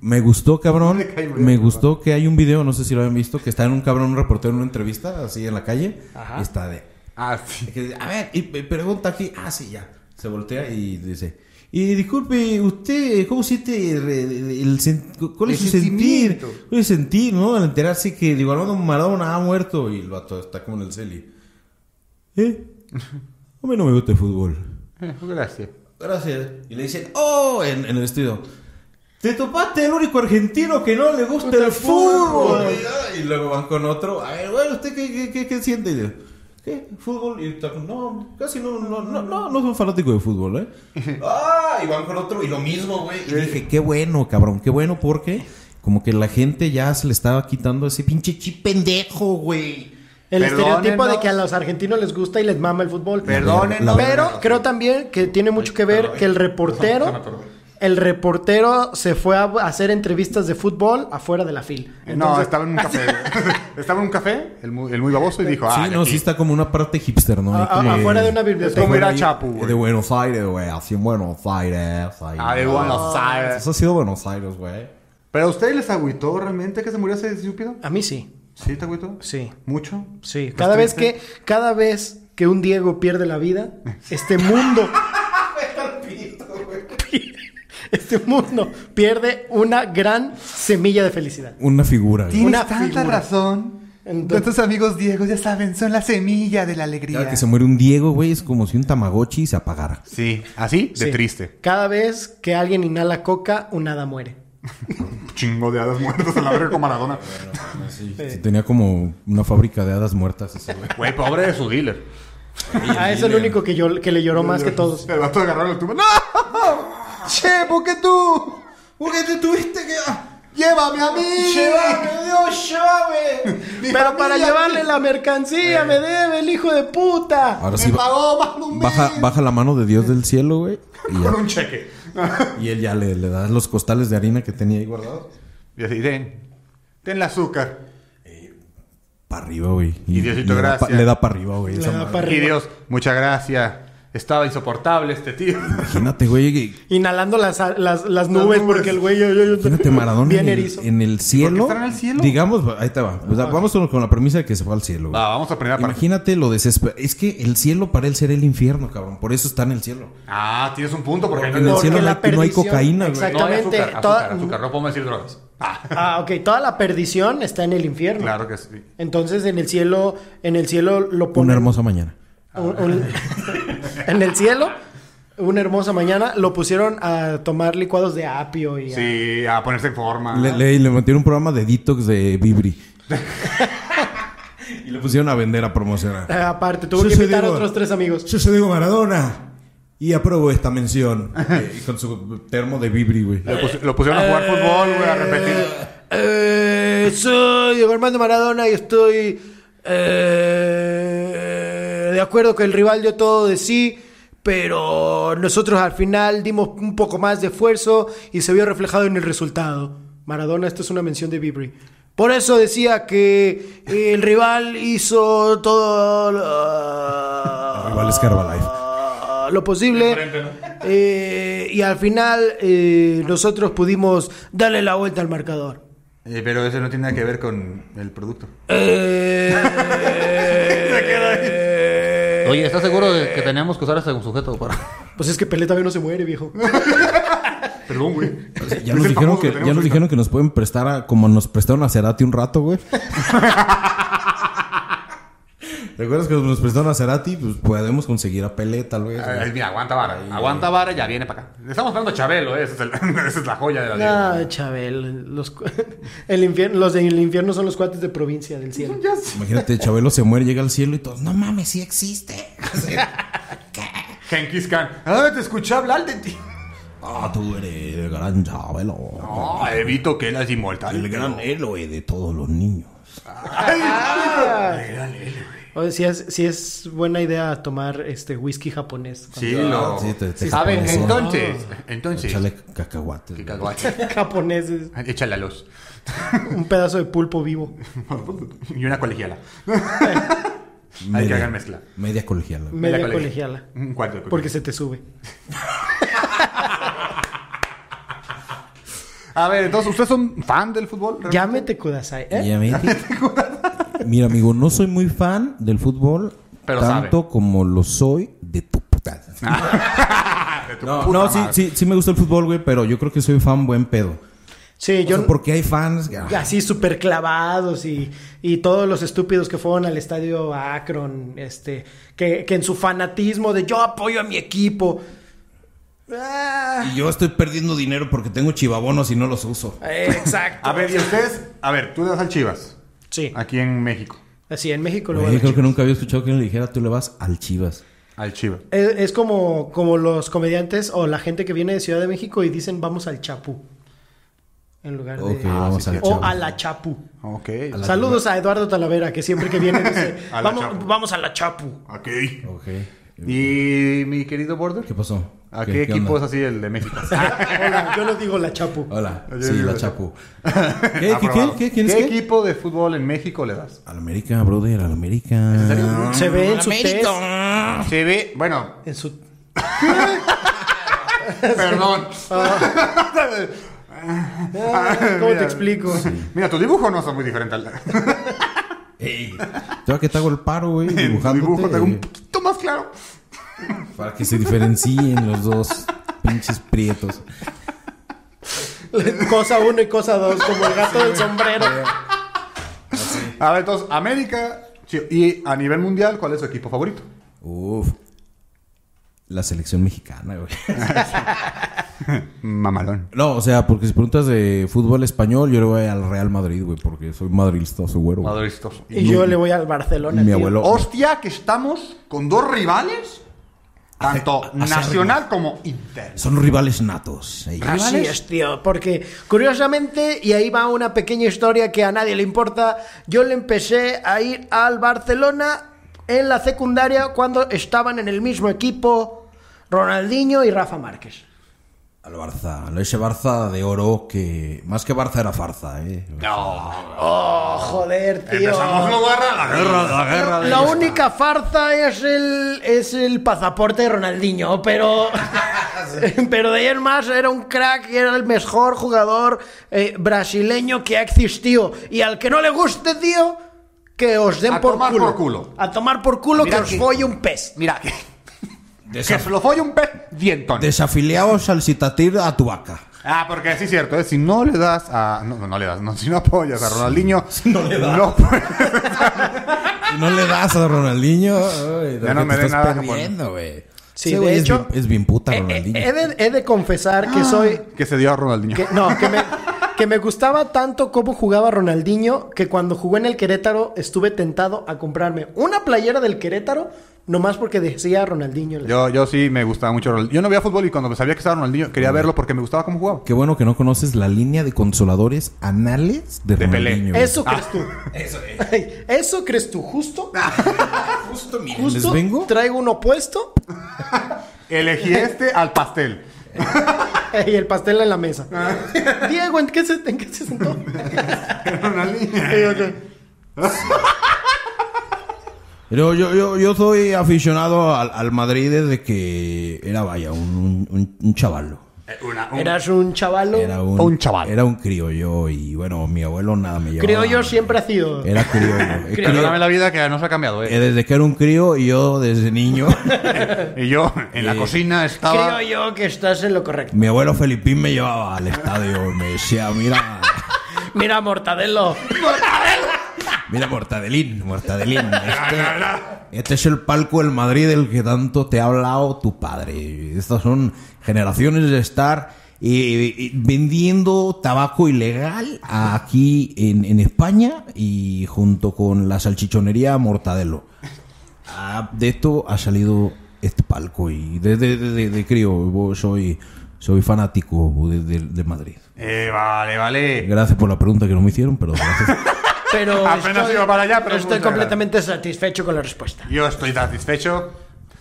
Speaker 5: Me gustó, cabrón.
Speaker 3: Me cae muy
Speaker 5: Me
Speaker 3: bien,
Speaker 5: gustó que hay un video, no sé si lo habían visto, que está en un cabrón, un reportero en una entrevista, así en la calle. Y está de.
Speaker 3: Ah, sí.
Speaker 5: que dice, A ver, y pe- pregunta aquí. Ah, sí, ya. Se voltea y dice. Y disculpe, usted, ¿cómo siente el, el- el sen- cuál es
Speaker 3: El
Speaker 5: su sentir?
Speaker 3: sentimiento.
Speaker 5: ¿Cuál es el sentir, no? Al enterarse que Diego Armando Maradona ha muerto y el vato está como en el celi. ¿Eh? A mí no me gusta el fútbol.
Speaker 3: Eh, Gracias.
Speaker 5: Gracias. Y le dicen, ¡oh! En, en el estudio. Te topaste el único argentino que no le gusta el fútbol. Y luego van con otro. A ver, bueno, ¿usted qué, qué, qué, qué siente? Y yo, ¿Qué? ¿Fútbol? Y está con, no, casi no, no, no, no, no soy fanático de fútbol, ¿eh? ¡Ah! Y van con otro y lo mismo, güey. Y dije, qué bueno, cabrón, qué bueno porque como que la gente ya se le estaba quitando ese pinche chip pendejo, güey.
Speaker 4: El
Speaker 3: Perdónenos.
Speaker 4: estereotipo de que a los argentinos les gusta y les mama el fútbol.
Speaker 3: Perdónenos.
Speaker 4: Pero creo también que tiene mucho que ver que el reportero. El reportero se fue a hacer entrevistas de fútbol afuera de la fila.
Speaker 3: no,
Speaker 4: Entonces,
Speaker 3: estaba en un café. güey. estaba en un café, el muy, el muy baboso, y dijo, ah,
Speaker 5: sí, no, sí está como una parte hipster, ¿no?
Speaker 4: a-
Speaker 5: Ahí
Speaker 4: a-
Speaker 5: como-
Speaker 4: afuera de una
Speaker 3: es
Speaker 4: biblioteca.
Speaker 3: como ir a
Speaker 5: Ahí,
Speaker 3: Chapu, güey.
Speaker 5: De Buenos Aires, güey. Así en Buenos Aires. ahí.
Speaker 3: Ah, de Buenos Aires.
Speaker 5: Eso ha sido Buenos Aires, güey.
Speaker 3: ¿Pero a ustedes les agüitó realmente que se murió ese estúpido?
Speaker 4: A mí sí.
Speaker 3: ¿Sí te agüitó?
Speaker 4: Sí.
Speaker 3: ¿Mucho?
Speaker 4: Sí. Cada vez que, cada vez que un Diego pierde la vida, este mundo. este mundo pierde una gran semilla de felicidad.
Speaker 5: Una figura, güey.
Speaker 4: Tienes Una tanta figura.
Speaker 3: razón.
Speaker 4: Entonces- Tantos
Speaker 3: amigos Diego, ya saben, son la semilla de la alegría.
Speaker 5: Cada que se muere un Diego, güey, es como si un Tamagotchi se apagara.
Speaker 3: Sí, así de
Speaker 4: Sí.
Speaker 3: triste.
Speaker 4: Cada vez que alguien inhala coca, un hada muere.
Speaker 3: Chingo de hadas muertas a la verga con Maradona.
Speaker 5: Sí, Tenía como una fábrica de hadas muertas ese, güey.
Speaker 3: Güey, pobre de su dealer.
Speaker 4: Ah, es el único que yo que le lloró más que todos.
Speaker 3: El vato agarró el tubo. ¡No! ¡Che, por qué tú!
Speaker 5: ¿Por qué te tuviste que...?
Speaker 3: ¡Llévame a mí!
Speaker 5: Dios, llévame!
Speaker 4: Pero para llevarle la
Speaker 3: Eh.
Speaker 4: mercancía me debe el hijo de puta.
Speaker 5: Ahora sí, ba-
Speaker 3: pagó más de un
Speaker 5: baja,
Speaker 3: mes.
Speaker 5: baja la mano de Dios del cielo, güey. Y,
Speaker 3: Con
Speaker 5: ya-
Speaker 3: un cheque.
Speaker 5: y él ya le, le da los costales de harina que tenía ahí guardados.
Speaker 3: Y así, ten. Ten el azúcar.
Speaker 5: Para arriba, güey.
Speaker 3: Y Diosito,
Speaker 5: le da pa-
Speaker 3: gracias.
Speaker 5: Le da para arriba, güey.
Speaker 4: Le
Speaker 5: esa
Speaker 4: da
Speaker 5: madre.
Speaker 4: pa' arriba.
Speaker 3: Y Dios, muchas gracias. Estaba insoportable este tío.
Speaker 5: Imagínate, güey, que-
Speaker 4: Inhalando las, las, las
Speaker 3: nubes.
Speaker 4: nubes porque el güey... yo- yo- yo-
Speaker 5: Imagínate Maradona
Speaker 4: Bien
Speaker 5: en, el-
Speaker 4: erizo.
Speaker 5: en el cielo.
Speaker 3: estará en el cielo? Ah,
Speaker 5: Digamos, ahí te va. O sea, vamos con, con la premisa de que se fue al cielo. güey.
Speaker 3: Va, vamos a primera
Speaker 4: Ah,
Speaker 3: parte.
Speaker 5: Imagínate lo desesperado. Es que el cielo para él será el infierno, cabrón. Por eso está en el cielo.
Speaker 3: Ah, tienes un punto porque,
Speaker 5: En el
Speaker 3: no,
Speaker 4: Porque
Speaker 5: cielo no
Speaker 4: la
Speaker 5: hay, no hay
Speaker 4: perdición-
Speaker 5: cocaína, güey.
Speaker 4: exacto.
Speaker 3: no hay azúcar,
Speaker 4: exactamente,
Speaker 3: azúcar,
Speaker 4: toda-
Speaker 3: azúcar. No podemos decir drogas. Ah,
Speaker 4: Ah, ok. Toda la perdición está en el infierno.
Speaker 3: claro que sí.
Speaker 4: Entonces en el cielo, en el cielo lo ponen...
Speaker 5: Una hermosa mañana.
Speaker 4: un- un- en el cielo, una hermosa mañana, lo pusieron a tomar licuados de apio y a-
Speaker 3: Sí, a ponerse en forma.
Speaker 4: Ah.
Speaker 5: Le, le, le metieron un programa de detox de Vibri. y le pusieron a vender, a promocionar.
Speaker 4: Eh, Aparte, tuvo
Speaker 5: Yo
Speaker 4: que
Speaker 5: soy
Speaker 4: invitar a
Speaker 5: Diego.
Speaker 4: otros tres amigos.
Speaker 5: Yo soy Diego Maradona. Y apruebo esta mención. Eh, y con su termo de Vibri, güey.
Speaker 3: Lo, pus- lo pusieron a jugar fútbol, güey, a repetir.
Speaker 4: Eh, soy Diego Armando Maradona y estoy eh, de acuerdo que el rival dio todo de sí, Pero nosotros al final dimos un poco más de esfuerzo y se vio reflejado en el resultado. Maradona, esto es una mención de Bibri. Por eso decía que eh, el rival hizo todo lo,
Speaker 5: El rival es Herbalife.
Speaker 4: lo posible. Eh, y al final eh, nosotros pudimos darle la vuelta al marcador.
Speaker 3: Eh, pero eso no tiene nada que ver con el producto.
Speaker 4: Eh,
Speaker 7: Oye, ¿estás seguro de que teníamos que usar a este sujeto para.?
Speaker 4: Pues es que Pelé también no se muere, viejo.
Speaker 3: Perdón, güey.
Speaker 5: Ya
Speaker 3: Pues, Es
Speaker 5: nos,
Speaker 3: el
Speaker 5: dijeron
Speaker 3: famoso
Speaker 5: que, ya
Speaker 3: tenemos
Speaker 5: nos
Speaker 3: ahorita.
Speaker 5: dijeron que nos pueden prestar a, como nos prestaron a Cerati un rato, güey. ¿Recuerdas que nos prestaron a Cerati? Pues podemos conseguir a Pelé, tal vez.
Speaker 4: Ah,
Speaker 5: güey.
Speaker 3: Ay, mira, aguanta vara. Aguanta vara, ya viene para acá. Le estamos hablando a Chabelo, eh, ese es el- esa es la joya de la vida.
Speaker 4: No, Chabel. Los, cu- el infierno, los del infierno son los cuates de provincia del cielo.
Speaker 5: Imagínate, Chabelo se muere, llega al cielo y todos, no mames, sí existe.
Speaker 3: Genkis Khan. Ah, te escuché hablar de ti.
Speaker 5: Ah, tú eres el gran Chabelo.
Speaker 3: No, evito que él es
Speaker 5: El
Speaker 3: inmortal.
Speaker 5: gran héroe de todos los niños. Ah.
Speaker 4: O si es, si es buena idea tomar este whisky japonés.
Speaker 3: Sí, lo.
Speaker 5: Ah, sí, te- te-
Speaker 3: A ver,
Speaker 5: te-
Speaker 3: entonces. Entonces.
Speaker 5: Échale cacahuates.
Speaker 3: Qué
Speaker 5: güey.
Speaker 3: caguache.
Speaker 4: Japoneses.
Speaker 3: Échale a los.
Speaker 4: Un pedazo de pulpo vivo.
Speaker 3: Y una colegiala. Hay que
Speaker 5: Media-
Speaker 3: hagan mezcla.
Speaker 5: Media colegial.
Speaker 4: Media
Speaker 3: colegia.
Speaker 4: colegiala.
Speaker 3: Un cuarto de colegiala.
Speaker 4: Porque se te sube.
Speaker 3: A ver, entonces, ¿ustedes son fan del fútbol?
Speaker 4: Llámete Kudasai. ¿eh?
Speaker 5: Y a mí- Mira, amigo, no soy muy fan del fútbol
Speaker 3: Pero Ah,
Speaker 5: tanto como lo soy de tu puta. no, no, sí, sí, sí me gusta el fútbol, güey, pero yo creo que soy fan buen pedo.
Speaker 4: Sí,
Speaker 5: O
Speaker 4: yo.
Speaker 5: sea, porque hay fans. que-
Speaker 4: y Así súper clavados y, y todos los estúpidos que fueron al estadio Akron, este, que, que en su fanatismo de yo apoyo a mi equipo. Ah,
Speaker 5: Y yo estoy perdiendo dinero porque tengo chivabonos y no los uso.
Speaker 4: exacto.
Speaker 3: A ver, Ah. ¿y ustedes? A ver, tú le das al Chivas.
Speaker 4: Sí,
Speaker 3: Aquí en México.
Speaker 4: así en México lo
Speaker 5: Güey,
Speaker 4: voy a
Speaker 5: creo que
Speaker 4: decir.
Speaker 5: nunca había escuchado que le dijera tú le vas al Chivas.
Speaker 3: Al Chivas.
Speaker 4: Es, es como, como los comediantes o la gente que viene de Ciudad de México y dicen vamos al Chapu. En lugar de.
Speaker 5: Ok, vamos al
Speaker 4: Ah, o
Speaker 5: Chapu.
Speaker 4: a la Chapu.
Speaker 3: Ok.
Speaker 4: Saludos a Eduardo Talavera, que siempre que viene dice
Speaker 3: A la
Speaker 4: vamos,
Speaker 3: Chapu".
Speaker 4: vamos a la Chapu.
Speaker 3: Ok.
Speaker 5: Ok.
Speaker 3: ¿Y mi querido Border?
Speaker 5: ¿Qué pasó?
Speaker 3: ¿A
Speaker 5: ¿Qué-
Speaker 3: qué,
Speaker 5: qué
Speaker 3: equipo
Speaker 5: onda? Ah,
Speaker 3: es así el de México?
Speaker 4: Hola, yo no digo la Chapu.
Speaker 5: Hola.
Speaker 3: Yo
Speaker 5: Sí,
Speaker 3: digo
Speaker 5: la
Speaker 3: eso.
Speaker 5: Chapu. ¿Qué? ¿Qué? ¿Qué?
Speaker 3: Aprobado.
Speaker 5: ¿Qué? ¿Quién es
Speaker 3: ¿Qué
Speaker 5: qué?
Speaker 3: equipo de fútbol en México le das?
Speaker 5: Al América, brother, al América. ¿En
Speaker 3: serio?
Speaker 4: Se ve en su test.
Speaker 3: Se ve, bueno,
Speaker 4: En su
Speaker 3: perdón.
Speaker 4: Ah, ¿Cómo
Speaker 3: Mira.
Speaker 4: te explico?
Speaker 3: Mira, tu dibujo no está muy diferente al.
Speaker 5: Te va que te hago el paro, güey,
Speaker 3: Tu
Speaker 5: dibujándote.
Speaker 3: dibujo está un
Speaker 5: eh,
Speaker 3: poquito más claro.
Speaker 5: Para que se diferencien los dos pinches prietos.
Speaker 4: Cosa uno y cosa dos, como el gato del sombrero.
Speaker 3: A ver, entonces, América. sí, Y a nivel mundial, ¿cuál es su equipo favorito?
Speaker 5: Uf. La selección mexicana, güey.
Speaker 3: Mamalón.
Speaker 5: No, o sea, porque si preguntas de fútbol español, yo le voy al Real Madrid, güey, porque soy madrilista, soy güero. güey.
Speaker 3: Madristoso.
Speaker 4: Y yo le voy al Barcelona.
Speaker 5: Mi
Speaker 4: tío.
Speaker 5: abuelo.
Speaker 3: Hostia, que estamos con dos rivales, tanto nacional como inter.
Speaker 5: Son rivales natos. Ey.
Speaker 4: Así es, tío, porque curiosamente, y ahí va una pequeña historia que a nadie le importa, yo le empecé a ir al Barcelona en la secundaria cuando estaban en el mismo equipo Ronaldinho y Rafa Márquez.
Speaker 5: Al Barça, al ese Barça de oro que más que Barça era farsa, eh.
Speaker 4: Oh, joder, tío.
Speaker 3: Empezamos la guerra, la guerra, la guerra.
Speaker 4: La única farsa es el, es el pasaporte de Ronaldinho, pero, pero de ahí en más era un crack y era el mejor jugador eh, brasileño que ha existido. Y al que no le guste, tío, que os den
Speaker 3: A
Speaker 4: por,
Speaker 3: tomar
Speaker 4: culo.
Speaker 3: por culo.
Speaker 4: A tomar por culo
Speaker 3: Mira
Speaker 4: que os
Speaker 3: que-
Speaker 4: folle un pez.
Speaker 3: Mira, que, que
Speaker 5: Desaf-
Speaker 3: se lo folle un pez dientón.
Speaker 5: Desafiliados al Citatir a tu vaca.
Speaker 3: Ah, porque sí es cierto, ¿eh? si no le das a... No, no, no le das, no, si no apoyas a Ronaldinho...
Speaker 5: no le das.
Speaker 3: no puedes-
Speaker 5: Si no le das a Ronaldinho, ay,
Speaker 3: Ya no
Speaker 5: ¿qué
Speaker 3: me
Speaker 5: te
Speaker 3: dé
Speaker 5: estás
Speaker 3: nada, Japón.
Speaker 5: perdiendo, güey. Ese
Speaker 4: Sí, de
Speaker 5: güey es
Speaker 4: hecho-
Speaker 5: bien- es bien puta
Speaker 4: Eh, eh,
Speaker 5: Ronaldinho.
Speaker 4: he, de, he de confesar
Speaker 3: Ah.
Speaker 4: que soy...
Speaker 3: que se dio a Ronaldinho.
Speaker 4: que- no, que me, que me gustaba tanto cómo jugaba Ronaldinho que cuando jugó en el Querétaro estuve tentado a comprarme una playera del Querétaro nomás porque decía Ronaldinho. en la-
Speaker 3: Yo, yo sí me gustaba mucho Ronaldinho. Yo no veía fútbol y cuando sabía que estaba Ronaldinho quería verlo porque me gustaba cómo jugaba.
Speaker 5: Qué bueno que no conoces la línea de consoladores anales de,
Speaker 3: De Pelé.
Speaker 5: Ronaldinho. güey.
Speaker 4: Eso crees tú. Eso, crees tú, justo.
Speaker 5: Justo, miren,
Speaker 4: Justo.
Speaker 5: ¿Les vengo?
Speaker 4: Traigo uno puesto.
Speaker 3: Elegí este al pastel.
Speaker 4: eh, Y el pastel en la mesa. Diego, ¿en qué se, en qué se sentó?
Speaker 3: Era una línea.
Speaker 4: Y yo que,
Speaker 5: Pero yo, yo, yo soy aficionado al, al Madrid desde que era, vaya, un, un, un chaval.
Speaker 3: Eh, una- un-
Speaker 4: Eras un chavalo.
Speaker 5: Era un,
Speaker 3: Un chaval.
Speaker 5: Era un criollo y, bueno, mi abuelo nada me llevaba.
Speaker 4: Criollo siempre ha sido.
Speaker 5: Era criollo. Es
Speaker 4: Criollo.
Speaker 5: criollo.
Speaker 3: Perdóname la vida que no se ha cambiado,
Speaker 5: Eh,
Speaker 3: eh.
Speaker 5: Desde que era un crío y yo desde niño.
Speaker 3: Y yo en la cocina estaba.
Speaker 4: Creo yo que estás en lo correcto.
Speaker 5: mi abuelo Felipín me llevaba al estadio y me decía, mira,
Speaker 4: Mira, Mortadelo.
Speaker 5: mira Mortadelín, Mortadelín. Este, este es el palco del Madrid del que tanto te ha hablado tu padre. Estas son generaciones de estar eh, eh, vendiendo tabaco ilegal aquí en, en España y junto con la salchichonería Mortadelo. Ah, de esto ha salido este palco y desde de, crío yo soy, soy fanático de, de- de Madrid.
Speaker 3: Eh, vale, vale.
Speaker 5: Gracias por la pregunta que no me hicieron, pero gracias.
Speaker 4: Pero
Speaker 3: Apenas
Speaker 4: estoy,
Speaker 3: iba para allá, pero
Speaker 4: estoy
Speaker 3: muchas
Speaker 4: completamente satisfecho con la respuesta.
Speaker 3: Yo estoy satisfecho,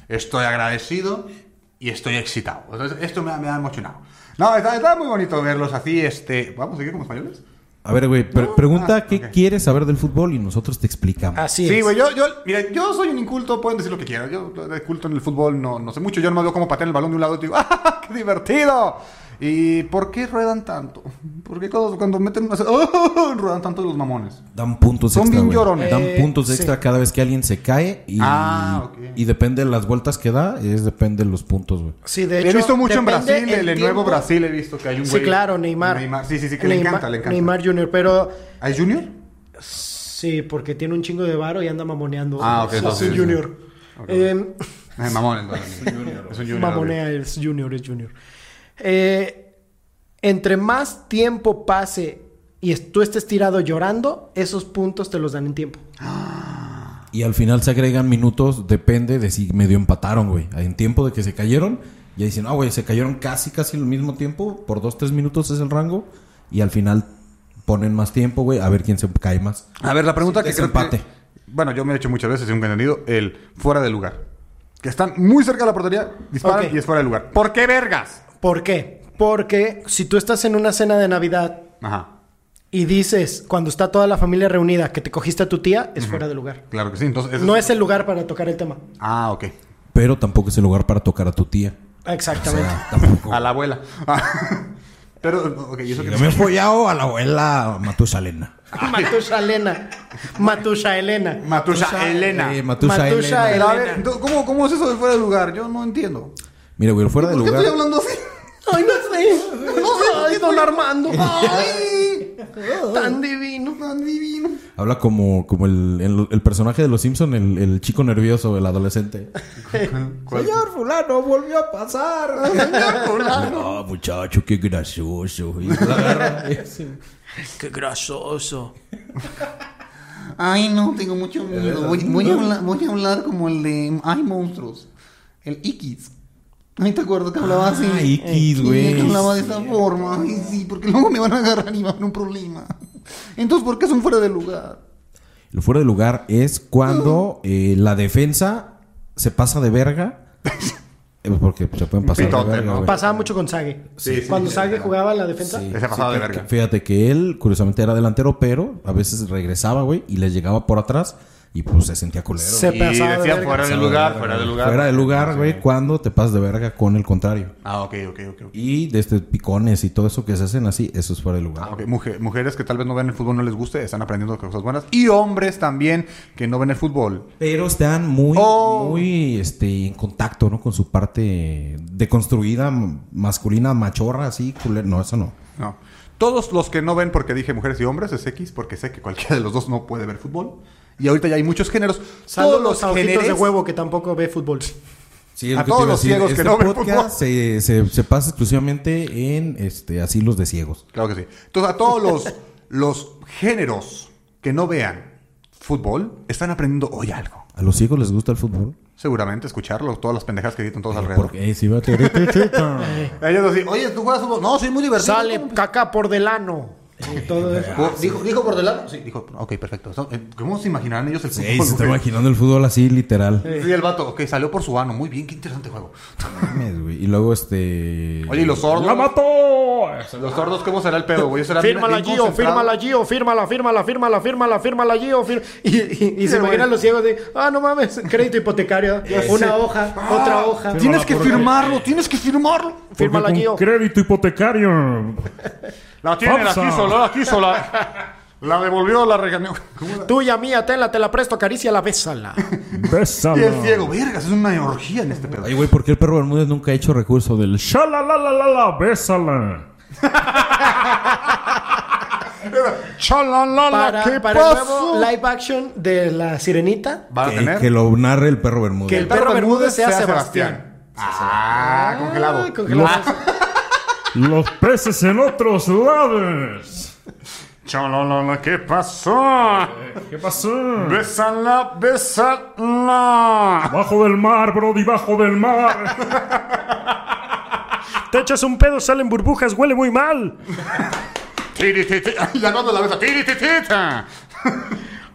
Speaker 3: estoy agradecido y estoy excitado. Entonces, esto me ha, me ha emocionado. No, está, está muy bonito verlos así. Este, ¿Vamos a seguir como españoles?
Speaker 5: A ver, güey, pre-
Speaker 3: No,
Speaker 5: pregunta
Speaker 3: ah,
Speaker 5: qué
Speaker 3: ok. Ah,
Speaker 5: quieres saber del fútbol y nosotros te explicamos.
Speaker 4: Así
Speaker 3: Sí,
Speaker 4: es.
Speaker 3: güey, yo, yo, mira, yo soy un inculto, pueden decir lo que quieran. Yo de culto en el fútbol no, no sé mucho. Yo no veo cómo patean el balón de un lado y digo, ¡ah, qué divertido! ¿Y por qué ruedan tanto? ¿Por qué todos cuando meten una... ¡Oh! ruedan tanto los mamones?
Speaker 5: Dan puntos
Speaker 3: Son
Speaker 5: extra.
Speaker 3: bien
Speaker 5: güey.
Speaker 3: llorones.
Speaker 5: Dan
Speaker 4: Eh,
Speaker 5: puntos
Speaker 4: sí.
Speaker 5: extra cada vez que alguien se cae y,
Speaker 3: Ah, ok.
Speaker 5: y depende de las vueltas que da, es depende de los puntos, güey.
Speaker 4: Sí, de
Speaker 3: he
Speaker 4: hecho,
Speaker 3: visto mucho en
Speaker 4: depende
Speaker 3: Brasil, en el,
Speaker 4: tiempo.
Speaker 3: nuevo Brasil he visto que hay un
Speaker 4: Sí,
Speaker 3: güey-
Speaker 4: claro, Neymar.
Speaker 3: Sí, sí, sí, que le
Speaker 4: Neymar-
Speaker 3: encanta, le encanta.
Speaker 4: Neymar Junior, pero
Speaker 3: ¿Ah, ¿Es Junior?
Speaker 4: sí, porque tiene un chingo de varo y anda mamoneando.
Speaker 3: Ah, ok,
Speaker 4: Es
Speaker 3: entonces,
Speaker 4: un
Speaker 3: sí,
Speaker 4: Junior. Eh,
Speaker 3: Eh, mamón, entonces. es un Junior. Es un Junior.
Speaker 4: Mamonea, es Junior, es Junior. Eh, entre más tiempo pase y es- tú estés tirado llorando, esos puntos te los dan en tiempo.
Speaker 5: Y al final se agregan minutos, depende de si medio empataron, güey. En tiempo de que se cayeron, ya dicen, ah, güey, se cayeron casi, casi al mismo tiempo, por dos, tres minutos es el rango, y al final ponen más tiempo, güey, a ver quién se cae más.
Speaker 3: A ver, la pregunta que creo
Speaker 5: desempate.
Speaker 3: que... Bueno, yo me he hecho muchas veces, según que he entendido, el fuera de lugar. Que están muy cerca de la portería, disparan
Speaker 4: Ok.
Speaker 3: y es fuera de lugar. ¿Por qué vergas?
Speaker 4: ¿Por qué? Porque si tú estás en una cena de Navidad
Speaker 3: Ajá.
Speaker 4: y dices, cuando está toda la familia reunida, que te cogiste a tu tía, es fuera de lugar.
Speaker 3: Claro que sí, entonces... eso
Speaker 4: No es el lugar para tocar el tema.
Speaker 3: Ah, ok.
Speaker 5: Pero tampoco es el lugar para tocar a tu tía. O
Speaker 4: Exactamente.
Speaker 5: sea, tampoco.
Speaker 3: A la abuela. Pero, ok, ¿y eso
Speaker 5: Yo
Speaker 3: qué
Speaker 5: me Ah, he follado a la abuela Matusalena.
Speaker 4: Matusa Elena. Matusa Elena.
Speaker 3: Matusa Elena.
Speaker 5: Eh, Matusa Elena.
Speaker 4: Matusa Elena.
Speaker 3: Pero, a ver, entonces, ¿cómo, ¿Cómo es eso de fuera de lugar? Yo no entiendo.
Speaker 5: Mira, güey, fuera de
Speaker 3: ¿Por qué
Speaker 5: lugar.
Speaker 3: estoy hablando así?
Speaker 4: Ay, no sé. No sé. Ay, don Armando.
Speaker 3: ¡Ay!
Speaker 4: Tan divino.
Speaker 3: Tan divino.
Speaker 5: Habla como, como el, el- el personaje de los Simpson, el, el chico nervioso, el adolescente.
Speaker 8: Señor fulano, volvió a pasar.
Speaker 5: Ah, muchacho, qué gracioso. Y la agarra.
Speaker 4: Qué grasoso.
Speaker 9: Ay, no, tengo mucho miedo. Voy, voy a, hablar, voy a hablar como el de Ay Monstruos, el Ikis. Ay, te acuerdo que hablaba así.
Speaker 3: eh,
Speaker 5: Ah, Ikis,
Speaker 9: Sí,
Speaker 5: güey.
Speaker 9: que hablaba de esa forma. Ay, sí, porque luego me van a agarrar y va a haber un problema. Entonces, ¿por qué son fuera de lugar?
Speaker 5: El fuera de lugar es cuando eh, la defensa se pasa de verga. Eh, Porque se pueden pasar
Speaker 3: Pitote,
Speaker 5: de verga,
Speaker 3: ¿no?
Speaker 5: güey.
Speaker 4: Pasaba mucho con Sague.
Speaker 3: Sí, sí,
Speaker 4: Cuando
Speaker 3: sí,
Speaker 4: Sague
Speaker 3: sí.
Speaker 4: jugaba en la defensa.
Speaker 3: Ese pasado de verga.
Speaker 5: Fíjate que él, curiosamente, era delantero, pero a veces regresaba, güey, y les llegaba por atrás y pues se sentía culero.
Speaker 4: Se
Speaker 5: güey.
Speaker 3: Y
Speaker 4: pasaba de
Speaker 3: decía
Speaker 4: verga.
Speaker 3: fuera de lugar, fuera de lugar.
Speaker 5: Fuera de lugar, güey, cuando te pasas de verga con el contrario.
Speaker 3: Ah, ok, ok, ok. ok.
Speaker 5: Y de este picones y todo eso que se hacen así, eso es fuera de lugar.
Speaker 3: Ah, ok. Mujer- mujeres que tal vez no ven el fútbol, no les guste, están aprendiendo cosas buenas. Y hombres también que no ven el fútbol.
Speaker 5: Pero están muy,
Speaker 3: Oh.
Speaker 5: muy este, en contacto, ¿no? Con su parte deconstruida, m- masculina, machorra, así, culera. No, eso no.
Speaker 3: No. Todos los que no ven, porque dije mujeres y hombres, es X, porque sé que cualquiera de los dos no puede ver fútbol. Y ahorita ya hay muchos géneros.
Speaker 4: Salvo
Speaker 3: Todos
Speaker 4: los
Speaker 3: los
Speaker 4: ojitos
Speaker 3: géneros
Speaker 4: de huevo que tampoco ve fútbol.
Speaker 5: Sí, es
Speaker 3: A
Speaker 5: lo que
Speaker 3: todos
Speaker 5: te iba
Speaker 3: los
Speaker 5: decir.
Speaker 3: ciegos que
Speaker 5: Este
Speaker 3: no ven
Speaker 5: podcast se, se, se pasa exclusivamente en este, asilos de ciegos.
Speaker 3: Claro que sí. Entonces, a todos los, los géneros que no vean fútbol, están aprendiendo hoy algo.
Speaker 5: ¿A los ciegos les gusta el fútbol?
Speaker 3: Seguramente escucharlo, todas las pendejas que gritan todos alrededor.
Speaker 5: Porque eh, si va a tener-
Speaker 3: Ellos así, oye, ¿tú juegas fútbol? No, soy muy divertido.
Speaker 4: Sale caca por delano. Y todo eso.
Speaker 10: ¿Dijo, dijo por delante? Sí.
Speaker 11: Dijo, ok, perfecto. So- eh, ¿Cómo se imaginarán ellos el
Speaker 5: Sí,
Speaker 11: fútbol?
Speaker 5: se está
Speaker 11: Ok.
Speaker 5: imaginando el fútbol así, literal.
Speaker 11: Sí, el vato, ok, salió por su mano. Muy bien, qué interesante juego.
Speaker 5: Mames, güey. Y luego este.
Speaker 11: Oye, ¿y los sordos?
Speaker 5: ¡La mató!
Speaker 11: Los sordos, ¿cómo será el pedo, güey? Eso era bien-
Speaker 4: Fírmala,
Speaker 11: bien
Speaker 4: Gio,
Speaker 11: concentrado.
Speaker 4: fírmala, Gio, fírmala, fírmala, fírmala, fírmala, fírmala, Gio. fir- Y, y- y se imaginan los ciegos de, ah, no mames, crédito hipotecario. Una hoja, otra hoja.
Speaker 11: Ah, Tienes que firmarlo, tienes que firmarlo.
Speaker 4: Fírmala, oh. Gio.
Speaker 12: Crédito hipotecario.
Speaker 11: La tiene, la
Speaker 12: Pausa.
Speaker 11: quiso, la quiso, la, la devolvió, la regañó. ¿Cómo la-
Speaker 4: Tuya, mía, tenla, te la presto, acaríciala, bésala.
Speaker 12: Bésala.
Speaker 11: Y el ciego, vergas, es una orgía en este pedo.
Speaker 5: Oye, güey, ¿por qué el perro Bermúdez nunca ha hecho recurso del sh?
Speaker 12: Shala la la la la, bésala.
Speaker 11: Chalalala,
Speaker 4: Para,
Speaker 11: ¿qué
Speaker 4: para el nuevo
Speaker 11: pasó?
Speaker 4: live action de La Sirenita,
Speaker 11: Van a
Speaker 5: Que,
Speaker 11: tener
Speaker 5: que lo narre el perro Bermúdez.
Speaker 4: que el perro Bermúdez sea Sebastián.
Speaker 11: Ah, congelado. Ah,
Speaker 4: Ay, congelado.
Speaker 12: Los peces en otros lados.
Speaker 11: Chalalala, ¿qué pasó?
Speaker 12: ¿Qué pasó?
Speaker 11: Bésala, bésala.
Speaker 12: Bajo del mar, Brody, bajo del mar.
Speaker 4: Te echas un pedo, salen burbujas, huele muy mal.
Speaker 11: Tirititita. Ya cuando la besa, tirititita.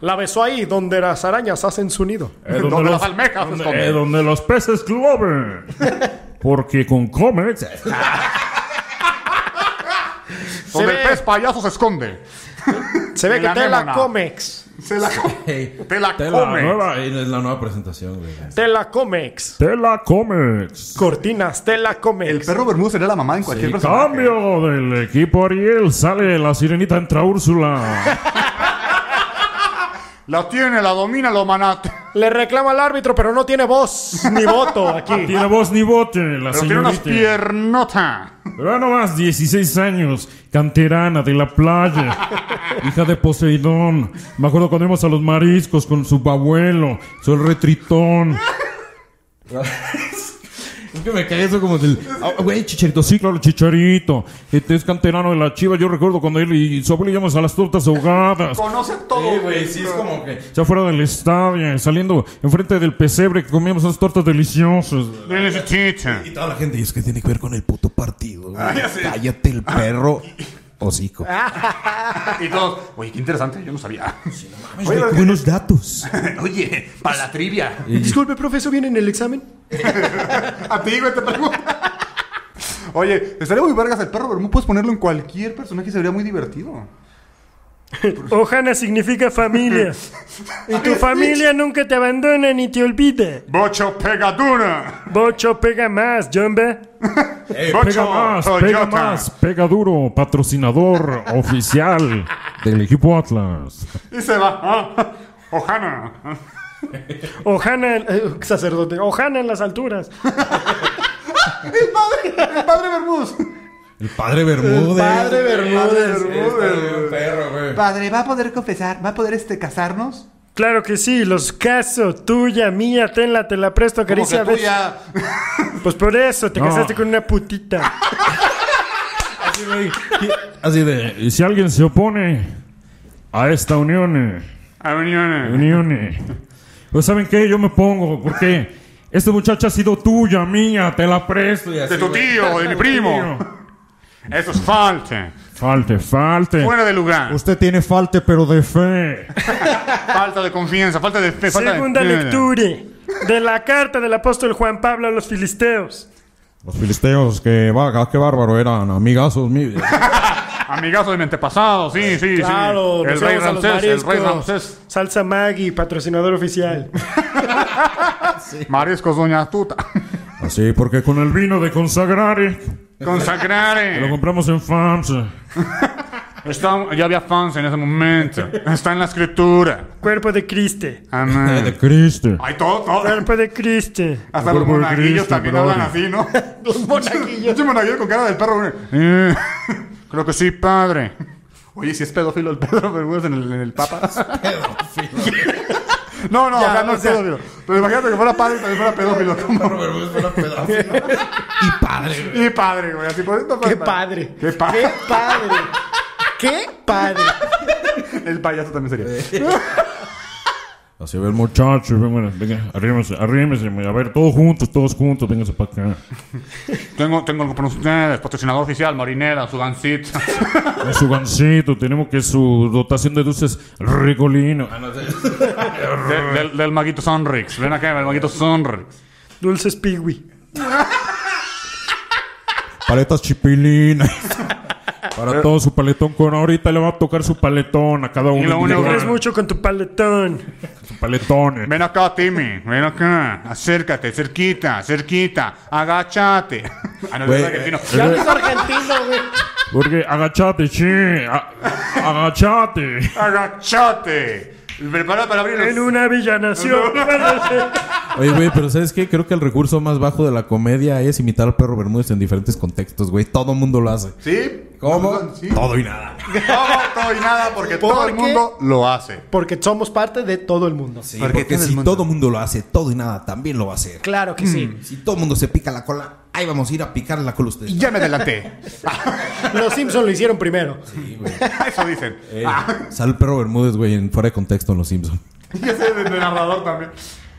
Speaker 4: La besó ahí, donde las arañas hacen su nido.
Speaker 12: Eh,
Speaker 11: Donde las almejas
Speaker 12: donde,
Speaker 11: esconden.
Speaker 12: eh, donde los peces globen. Porque con cómics
Speaker 11: Donde
Speaker 4: ve.
Speaker 11: el pez payaso se esconde.
Speaker 4: Se ve
Speaker 11: De
Speaker 4: que
Speaker 11: la
Speaker 4: te la
Speaker 11: anémona.
Speaker 4: comex.
Speaker 11: Se la
Speaker 5: Ey,
Speaker 11: Te la
Speaker 5: te
Speaker 11: come.
Speaker 12: nueva-
Speaker 5: Ahí es la nueva presentación, güey.
Speaker 4: Te la comex.
Speaker 12: Tela Comics.
Speaker 4: Cortinas, te la comex.
Speaker 11: El perro Bermúdez será la mamá en cualquier personaje.
Speaker 12: Cambio del equipo Ariel. Sale la sirenita, entra Úrsula.
Speaker 11: La tiene, la domina, lo manate.
Speaker 4: Le reclama al árbitro, pero no tiene voz ni voto aquí.
Speaker 12: Tiene voz ni bote, la
Speaker 11: Pero tiene unas
Speaker 12: señorita.
Speaker 11: piernotas.
Speaker 12: Pero nomás 16 años, canterana de la playa, hija de Poseidón. Me acuerdo cuando íbamos a los mariscos con su abuelo, su retritón.
Speaker 5: Es que me cae eso como del. Ah, Güey, chicharito, sí.
Speaker 12: Sí, claro, chicharito. Este es canterano de la chiva. Yo recuerdo cuando él y su abuelo íbamos a las tortas ahogadas.
Speaker 11: Conocen todo.
Speaker 5: güey, sí, es como que.
Speaker 12: Ya fuera del estadio, saliendo enfrente del pesebre, que comíamos esas tortas deliciosas.
Speaker 11: Tirititita.
Speaker 5: Y toda la gente, y es que tiene que ver con el puto partido. güey. Cállate el perro. Hocico.
Speaker 11: Y todos, oye, qué interesante, yo no sabía.
Speaker 5: Mames, güey, qué buenos datos.
Speaker 11: oye, para la trivia.
Speaker 4: Disculpe, profesor, ¿viene en el examen?
Speaker 11: A ti, güey, te pregunto. Oye, estaría muy vergas el perro Bermúdez. Puedes ponerlo en cualquier personaje y se vería muy divertido.
Speaker 12: Ojana significa familia. Y tu familia nunca te abandona ni te olvida.
Speaker 11: Bocho Pegaduna.
Speaker 12: Bocho pega más, Jumba.
Speaker 11: Bocho
Speaker 12: Pega más,
Speaker 11: Toyota.
Speaker 12: pega más, pega duro, patrocinador oficial del equipo Atlas.
Speaker 11: Y se va. Ah, Ojana.
Speaker 4: Ojana, eh, sacerdote, Ojana en las alturas.
Speaker 11: El padre, el padre Bermúdez.
Speaker 5: El padre Bermúdez.
Speaker 4: Padre Bermúdez.
Speaker 5: perro, güey.
Speaker 10: Padre, ¿va a poder confesar? ¿Va a poder este casarnos?
Speaker 4: Claro que sí, los caso, tuya, mía, tenla, te la presto,
Speaker 11: Como que
Speaker 4: acaricia.
Speaker 11: tú
Speaker 4: ves.
Speaker 11: ya...
Speaker 4: Pues por eso, te
Speaker 12: No.
Speaker 4: casaste con una putita.
Speaker 5: Así, güey. Así de.
Speaker 12: Y si alguien se opone a esta unión, unión, pues saben qué, yo me pongo, porque esta muchacha ha sido tuya, mía, te la presto. y así,
Speaker 11: De tu
Speaker 12: güey.
Speaker 11: tío, de mi primo. Eso es falte.
Speaker 12: Falte, falte.
Speaker 11: Fuera de lugar.
Speaker 12: Usted tiene falte, pero de fe.
Speaker 11: Falta de confianza, falta de fe, falta de-
Speaker 4: de la carta del apóstol Juan Pablo a los filisteos.
Speaker 12: Los filisteos, que, va- que bárbaro, eran amigazos míos.
Speaker 11: Amigazo de mi antepasado, sí, sí,
Speaker 4: Claro,
Speaker 11: sí. El
Speaker 4: nos
Speaker 11: rey
Speaker 4: vamos a los
Speaker 11: Ramsés, el rey
Speaker 4: mariscos.
Speaker 11: Ramsés.
Speaker 4: Salsa Maggi, patrocinador oficial.
Speaker 11: Mariscos Doña Astuta.
Speaker 12: Así, porque con el vino de consagrare, lo
Speaker 11: Consagrare.
Speaker 12: compramos en FAMSA.
Speaker 11: Está- ya había fans en ese momento. Está en la escritura.
Speaker 4: Cuerpo de Cristo.
Speaker 11: Amén.
Speaker 12: De Cristo.
Speaker 11: Ay, todo, todo.
Speaker 4: Cuerpo de Cristo.
Speaker 11: Hasta
Speaker 12: El
Speaker 11: los
Speaker 12: cuerpo de
Speaker 11: monaguillos
Speaker 12: Cristo,
Speaker 11: también
Speaker 12: brother.
Speaker 11: hablan así, ¿no?
Speaker 4: Los monaguillos.
Speaker 11: Ese monaguillo con cara del perro. güey. Eh, Creo que sí, padre. Oye, si es pedófilo el Pedro Bermúdez en el, en el Papa. No, no,
Speaker 4: Ya,
Speaker 11: o sea, no
Speaker 4: o
Speaker 11: es
Speaker 4: sea.
Speaker 11: pedófilo. Pero imagínate que fuera padre y también fuera pedófilo. ¿cómo?
Speaker 5: Y padre, güey.
Speaker 11: Y padre, güey. Así por esto, pues,
Speaker 4: Qué padre.
Speaker 11: Qué padre.
Speaker 4: padre. Qué padre. Eh.
Speaker 11: El payaso también sería.
Speaker 12: Así ve el muchacho, y venga, venga, arrímese, arrímese, a ver, todos juntos, todos juntos, vénganse para acá.
Speaker 11: Tengo, tengo algo para ustedes, patrocinador oficial, marinera, su gancita.
Speaker 12: Con su gancito, tenemos que su dotación de dulces ricolino. Ah, no,
Speaker 11: De- del, del maguito Sonrix. Ven acá, el maguito Sonrix.
Speaker 4: Dulces Piwi.
Speaker 5: Paletas chipilina.
Speaker 12: Para todo su paletón, con ahorita le va a tocar su paletón a cada uno.
Speaker 11: lo único
Speaker 12: individual,
Speaker 4: Corres mucho con tu paletón.
Speaker 12: Su paletón.
Speaker 11: Ven acá, Timmy. Ven acá. Acércate, cerquita, cerquita. Agáchate. Ah, no, es
Speaker 5: Güey,
Speaker 11: argentino.
Speaker 4: Ya no es argentino, güey.
Speaker 12: Porque agachate, che. a- agachate.
Speaker 11: Agáchate. Prepara para abrir
Speaker 4: En una villanación.
Speaker 5: Oye, güey, pero ¿sabes qué? Creo que el recurso más bajo de la comedia es imitar al perro Bermúdez en diferentes contextos, güey. Todo mundo lo hace.
Speaker 11: ¿Sí?
Speaker 5: ¿Cómo?
Speaker 11: Sí.
Speaker 5: Todo y nada.
Speaker 11: Todo, todo y nada, porque
Speaker 4: ¿Por
Speaker 11: todo el
Speaker 4: qué?
Speaker 11: mundo lo hace.
Speaker 4: Porque somos parte de todo el mundo.
Speaker 5: Sí, porque si todo mundo lo hace, todo y nada también lo va a hacer.
Speaker 4: Claro que
Speaker 11: Mm.
Speaker 4: sí.
Speaker 5: Si todo mundo se pica la cola, ahí vamos a ir a picar la cola ustedes.
Speaker 11: Y ya me adelanté.
Speaker 4: Los Simpsons lo hicieron primero.
Speaker 11: Eso dicen. Ah,
Speaker 5: Eh, Sale el perro Bermúdez, güey, en fuera de contexto en Los Simpsons.
Speaker 11: ya sé, de de narrador también.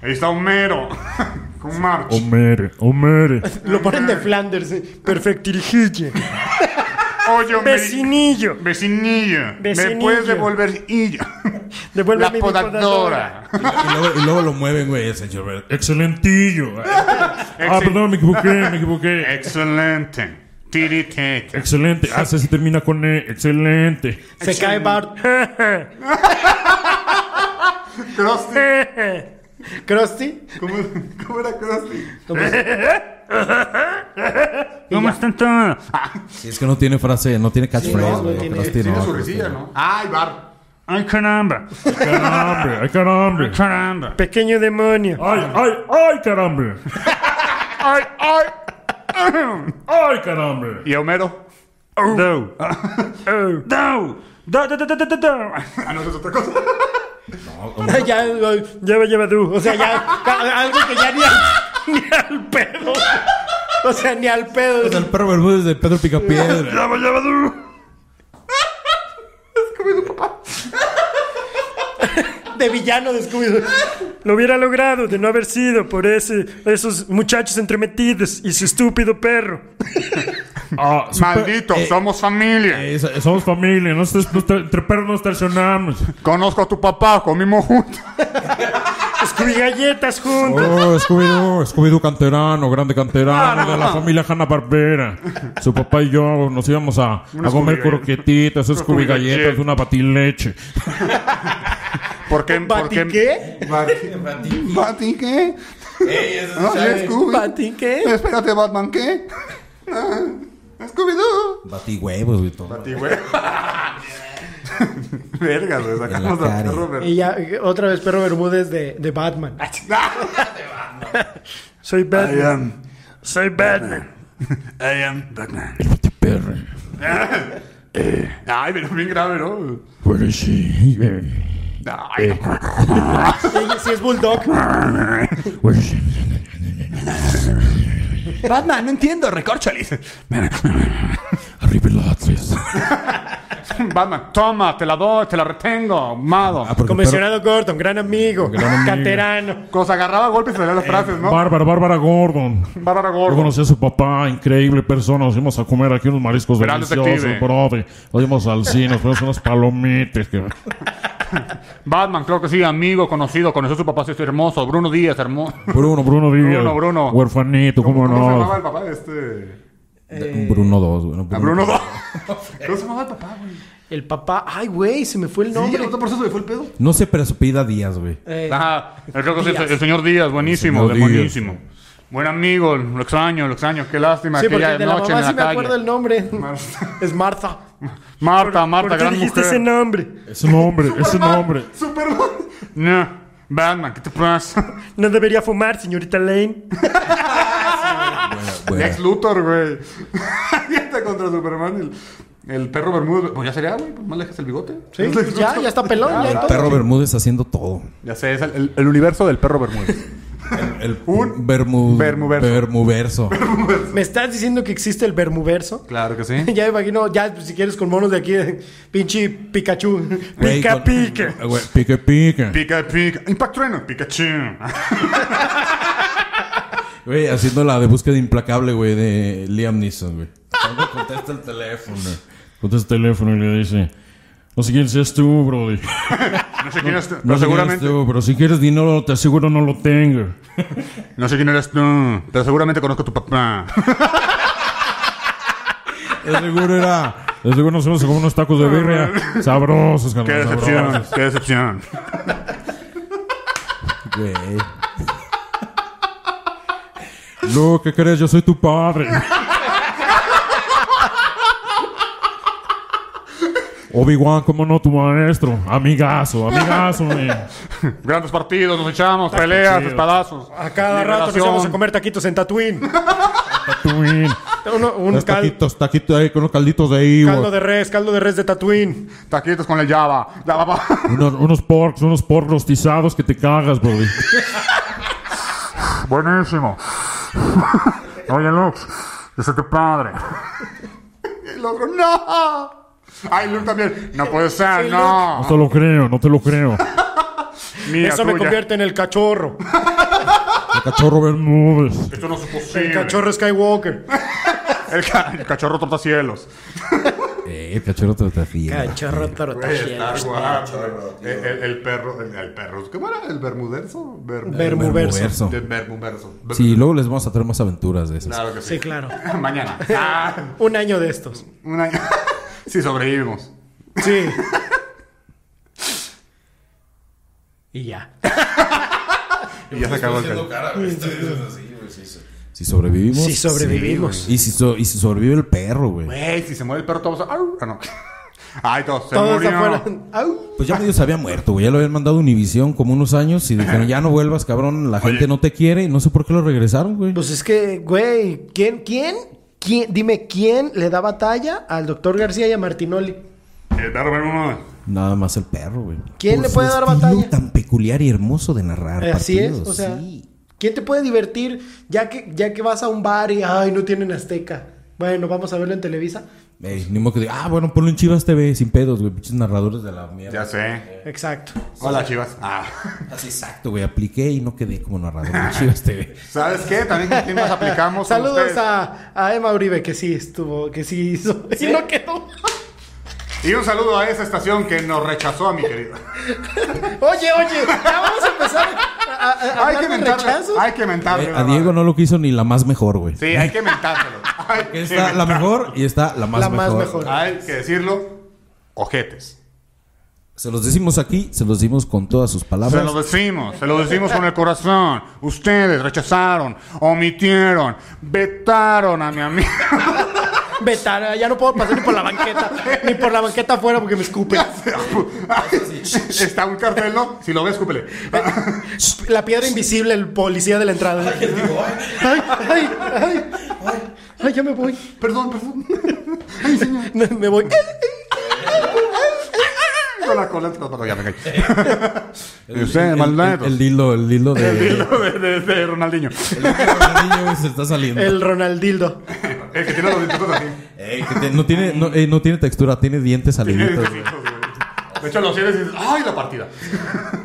Speaker 11: Ahí está Homero. Con March.
Speaker 12: Homere, homere.
Speaker 4: Lo ponen de Flanders. eh. Perfectirijille.
Speaker 11: Oye, Homero.
Speaker 4: Vecinillo.
Speaker 11: Vecinilla. ¿Me
Speaker 4: Vecinillo.
Speaker 11: puedes devolver illa?
Speaker 4: Devuélveme mi
Speaker 11: La podadora.
Speaker 5: Y luego, y luego lo mueven, güey, ese chorro.
Speaker 12: Excelentillo. ah, perdón, me equivoqué, me equivoqué.
Speaker 11: Excelente. Tiritete.
Speaker 12: Excelente. Ah, se se termina con E. Excelente.
Speaker 4: Se cae Bart.
Speaker 11: Krusty.
Speaker 4: Krusty.
Speaker 11: ¿Cómo, cómo era Krusty?
Speaker 4: ¿Cómo
Speaker 11: están todos?
Speaker 5: Sí, es que no tiene frase, no tiene
Speaker 4: Sí,
Speaker 5: catchphrase,
Speaker 4: no,
Speaker 5: güey.
Speaker 4: no tiene-
Speaker 5: Krusty
Speaker 11: Tiene
Speaker 5: no,
Speaker 11: su
Speaker 5: Krusty
Speaker 11: risilla,
Speaker 5: no.
Speaker 11: ¿no? Ay, bar. Ay, caramba.
Speaker 12: Carambre, ay, carambre.
Speaker 11: Caramba.
Speaker 4: Pequeño demonio.
Speaker 12: Ay, ay, ay, carambre.
Speaker 11: Ay, ay.
Speaker 12: Ay, carambre.
Speaker 11: ¿Y Homero? No. No. Da, da, da, da, da, da, da. Ah, no, eso es otra cosa.
Speaker 4: ya, ya me lleva tú. O sea, ya. ca- Algo que ya ni al, ni al pedo. O sea, ni al pedo.
Speaker 5: O sea, el perro Bermúdez de Pedro Picapiedra.
Speaker 11: Llama, llama duro.
Speaker 4: de villano de Scooby-Doo. Lo hubiera logrado de no haber sido por ese, esos muchachos entremetidos y su estúpido perro.
Speaker 12: Ah, su per-
Speaker 11: Maldito, somos familia.
Speaker 12: Eh, so- somos familia, no estés- no estés- entre perros nos traicionamos.
Speaker 11: Conozco a tu papá, comimos juntos.
Speaker 4: Scooby galletas juntos.
Speaker 12: Oh, Scooby-Doo, Scooby-Doo canterano, grande canterano de
Speaker 11: Ah.
Speaker 12: la familia Hanna Barbera. Su papá y yo nos íbamos a, a comer croquetitas, Scooby galletas,
Speaker 11: galletas.
Speaker 12: una patileche.
Speaker 11: ¿Por qué? ¿Por
Speaker 4: ¿Bati
Speaker 11: qué?
Speaker 4: qué?
Speaker 11: ¿Bati qué? No, es Scooby.
Speaker 4: ¿Bati qué?
Speaker 11: Espérate, Batman, ¿qué? Ah, Scooby-Doo.
Speaker 5: Batí huevos, güey, todo.
Speaker 11: Bati, güey. Vergas, güey, sacamos
Speaker 5: En la
Speaker 11: al
Speaker 5: cara.
Speaker 11: perro, pero-
Speaker 4: Y ya, eh, otra vez Perro Bermúdez de, de Batman. Soy
Speaker 11: I
Speaker 4: Batman.
Speaker 11: am.
Speaker 4: Soy Batman.
Speaker 11: I am Batman. Ay, pero bien grave, ¿no?
Speaker 12: Bueno, sí, eh,
Speaker 11: Ay,
Speaker 4: Si es Bulldog.
Speaker 12: bueno, sí.
Speaker 10: Batman, no entiendo, recórchale.
Speaker 12: Arriba el Atlas.
Speaker 11: Batman, toma, te la doy, te la retengo, amado.
Speaker 5: Ah, porque el perro-
Speaker 4: Comisionado Gordon, gran amigo. Canterano.
Speaker 11: Cuando se agarraba a golpes se le
Speaker 5: Eh,
Speaker 11: las frases, ¿no?
Speaker 12: Bárbara, Bárbara Gordon.
Speaker 11: Bárbara
Speaker 12: Yo
Speaker 11: Gordo.
Speaker 12: conocí a su papá, increíble persona. Nos íbamos a comer aquí unos mariscos
Speaker 11: Gran
Speaker 12: deliciosos,
Speaker 11: detective.
Speaker 12: brother. Nos íbamos al cine, nos fuimos unos palomitas. que-
Speaker 11: Batman, creo que sí, amigo, conocido, conoció a su papá, sí, es hermoso. Bruno Díaz, hermoso.
Speaker 12: Bruno, Bruno Díaz.
Speaker 11: Bruno, Bruno.
Speaker 12: Huerfanito, cómo,
Speaker 11: ¿Cómo se llamaba
Speaker 12: no.
Speaker 11: el papá? Este.
Speaker 5: Bruno 2, güey. no,
Speaker 11: A
Speaker 5: Bruno
Speaker 11: Bruno ¿Cómo se llamaba el papá, güey?
Speaker 4: El papá. Ay, güey, se me fue el
Speaker 11: Sí,
Speaker 4: nombre.
Speaker 11: ahorita por eso se me fue el pedo.
Speaker 5: No se presupida Díaz, güey.
Speaker 4: Eh,
Speaker 11: Ajá, creo que sí,
Speaker 4: Díaz.
Speaker 11: el señor Díaz, buenísimo,
Speaker 5: El señor Díaz.
Speaker 11: buenísimo. Buen amigo, lo extraño, lo extraño, qué lástima
Speaker 4: sí,
Speaker 11: que
Speaker 4: porque
Speaker 11: ya
Speaker 4: el de la
Speaker 11: noche en
Speaker 4: mamá
Speaker 11: la
Speaker 4: sí me acuerdo
Speaker 11: calle.
Speaker 4: el nombre.
Speaker 11: Martha.
Speaker 4: Es Martha.
Speaker 11: Marta, Marta,
Speaker 4: ¿Por qué
Speaker 11: gran
Speaker 4: dijiste
Speaker 11: mujer.
Speaker 4: ese nombre?
Speaker 12: Es un hombre, es un hombre.
Speaker 11: Superman. No, Batman, ¿qué te pasa?
Speaker 4: No debería fumar, señorita Lane.
Speaker 11: Lex Luthor, güey. Dieta contra Superman. El, el perro Bermúdez. Pues ya sería, güey. Pues más lejas el bigote.
Speaker 4: Sí,
Speaker 11: Es Lex
Speaker 4: ya,
Speaker 11: Luthor.
Speaker 4: ya está pelón. ya,
Speaker 5: El
Speaker 4: todo.
Speaker 5: perro Bermúdez haciendo todo.
Speaker 11: Ya sé, es el, el- el universo del perro Bermúdez.
Speaker 5: El
Speaker 11: Un
Speaker 5: vermu-
Speaker 11: vermuverso.
Speaker 5: vermuverso.
Speaker 4: ¿Me estás diciendo que existe el vermuverso?
Speaker 11: Claro que sí.
Speaker 4: Ya me imagino, ya pues, si quieres con monos de aquí, pinche Pikachu.
Speaker 5: Güey,
Speaker 4: Pica
Speaker 5: con-
Speaker 4: pica.
Speaker 5: eh, güey, Pique pique.
Speaker 11: Pica, pica. Impact Trueno. Pikachu.
Speaker 5: Güey, haciendo la de búsqueda implacable, güey, de Liam Neeson, güey.
Speaker 13: Cuando contesta el teléfono.
Speaker 12: Contesta el teléfono y le dice: No sé quién seas tú, brody.
Speaker 11: No sé quién es tú,
Speaker 12: No sé
Speaker 11: pero
Speaker 12: quién eres
Speaker 11: seguramente...
Speaker 12: tú, pero si quieres dinero, te aseguro no lo tengo.
Speaker 11: No sé quién eres tú, pero seguramente conozco a tu papá.
Speaker 5: De seguro era.
Speaker 12: De seguro nos vamos a comer unos tacos de birria sabrosos,
Speaker 11: Qué
Speaker 12: carnal,
Speaker 11: decepción,
Speaker 12: sabrosos.
Speaker 11: qué decepción.
Speaker 5: Güey.
Speaker 12: Lu, ¿qué crees? Yo soy tu padre. Obi-Wan, ¿cómo no? Tu maestro. Amigazo, amigazo, eh. güey.
Speaker 11: Grandes partidos, nos echamos, peleas,
Speaker 12: chido.
Speaker 11: espadazos.
Speaker 4: A cada rato nos
Speaker 11: Liberación.
Speaker 4: íbamos a comer taquitos en Tatooine.
Speaker 12: Tatooine.
Speaker 4: Uno- un
Speaker 5: Los
Speaker 4: cal-
Speaker 5: taquitos, taquitos ahí con los calditos de ahí,
Speaker 4: caldo
Speaker 5: güey.
Speaker 4: de res, caldo de res de Tatooine.
Speaker 11: Taquitos con la llava. La baba.
Speaker 12: Unos, unos porks, unos porks rostizados que te cagas, brody.
Speaker 11: Buenísimo. Oye, Lux, yo soy tu padre. El otro, no. Ay, Luke también. No puede ser,
Speaker 12: No
Speaker 11: no.
Speaker 12: te lo creo, no te lo creo.
Speaker 11: Mía,
Speaker 4: Eso me
Speaker 11: tuya.
Speaker 4: convierte en el cachorro.
Speaker 5: El cachorro
Speaker 12: Nubes.
Speaker 11: Esto no es
Speaker 4: El
Speaker 11: posible.
Speaker 4: cachorro Skywalker.
Speaker 11: El, ca- el cachorro trotacielos.
Speaker 5: Eh, el cachorro te está
Speaker 4: Cachorro Tarotacielos.
Speaker 11: Ah, El, el- el perro, el, el perro. ¿Cómo era? ¿El bermuderso? Bermu-
Speaker 4: Vermuverso.
Speaker 5: Vermuverso.
Speaker 11: de bermuverso.
Speaker 5: Sí, luego les vamos a traer más aventuras de esas.
Speaker 11: Claro que
Speaker 4: Sí,
Speaker 11: sí.
Speaker 4: claro.
Speaker 11: Mañana. Ah,
Speaker 4: Un año de estos.
Speaker 11: un año. sí, sobrevivimos.
Speaker 4: Sí. Y ya.
Speaker 11: Y ya se acabó el
Speaker 13: Haciendo
Speaker 11: calor.
Speaker 13: cara, güey, estoy diciendo así, güey, sí, sí.
Speaker 5: Si sobrevivimos.
Speaker 4: Si sobrevivimos.
Speaker 5: Y si, so- y si sobrevive el perro, güey.
Speaker 11: Güey, si se mueve el perro, todos. au, Ah, no. Ay, todos. Se
Speaker 4: Todos
Speaker 11: murió.
Speaker 4: afuera. Au.
Speaker 5: Pues ya medio se había muerto, güey. Ya lo habían mandado a Univisión como unos años y dijeron, ya no vuelvas, cabrón. La gente no te quiere. Y no sé por qué lo regresaron, güey.
Speaker 4: Pues es que, güey, ¿quién, quién, quién, dime, quién le da batalla al doctor García y a Martinoli?
Speaker 11: El Eh, perro bermudo.
Speaker 5: Nada más el perro, güey.
Speaker 4: ¿Quién le
Speaker 5: su
Speaker 4: puede dar
Speaker 5: estilo
Speaker 4: batalla?
Speaker 5: tan peculiar y hermoso de narrar
Speaker 4: Eh, Así es,
Speaker 5: partidos,
Speaker 4: o sea,
Speaker 5: sí.
Speaker 4: ¿quién te puede divertir ya que, ya que vas a un bar y, ay, no tienen Azteca? Bueno, vamos a verlo en Televisa.
Speaker 5: Ey, ni modo que diga, ah, bueno, ponlo en Chivas TV sin pedos, güey. Pinches narradores de la mierda.
Speaker 11: Ya sé.
Speaker 4: Exacto.
Speaker 11: Hola, chivas. Ah.
Speaker 5: Así exacto, güey. Apliqué y no quedé como narrador de Chivas TV.
Speaker 11: ¿Sabes qué? También con quién nos aplicamos. Con
Speaker 4: Saludos
Speaker 11: ustedes.
Speaker 4: a, a Emma Uribe, que sí estuvo, que sí hizo. Y no quedó.
Speaker 11: Y un saludo a esa estación que nos rechazó a mi querido.
Speaker 4: Oye, oye, ya vamos a empezar a, a- a
Speaker 11: Hay que
Speaker 4: hablar de
Speaker 11: mentarle.
Speaker 4: rechazos.
Speaker 11: Hay que
Speaker 4: Ah,
Speaker 11: mentarle.
Speaker 5: Eh, a
Speaker 11: ¿verdad?
Speaker 5: Diego no lo quiso ni la más mejor, güey.
Speaker 11: Sí, hay que mentárselo. Hay
Speaker 5: Que
Speaker 11: que
Speaker 5: Está la
Speaker 11: mentar-
Speaker 5: mejor y está la más
Speaker 4: La más
Speaker 5: mejor.
Speaker 4: mejor.
Speaker 11: Hay que decirlo. Ojetes.
Speaker 5: Se los decimos aquí, se los dimos con todas sus
Speaker 11: Se
Speaker 5: palabras.
Speaker 11: lo decimos, se lo decimos con el corazón. Ustedes rechazaron, omitieron, vetaron a mi amigo.
Speaker 4: Vetar, ya no puedo pasar ni por la banqueta, ni por la banqueta afuera porque me escupen.
Speaker 11: Está un cartel, ¿no? Si lo ves, cúpele.
Speaker 4: La piedra invisible, el policía de la entrada. Ay, ay, ay. Ay, ya me voy.
Speaker 11: Perdón, perdón.
Speaker 4: No, Me voy.
Speaker 11: Con la cola, no, perdón, ya me caí. Y ustedes,
Speaker 5: el,
Speaker 11: malditos.
Speaker 5: el dildo, el dildo de.
Speaker 11: El dildo de, de- de Ronaldinho.
Speaker 5: Ronaldinho, güey, se está saliendo.
Speaker 4: El Ronaldildo.
Speaker 11: El que tiene los dientitos así.
Speaker 5: Ey, que te- no, tiene, no, ey, no tiene textura, tiene dientes
Speaker 11: Tiene
Speaker 5: saliditos. güey.
Speaker 11: dientitos, güey. De hecho, lo cierres y dices, ¡ay, la partida!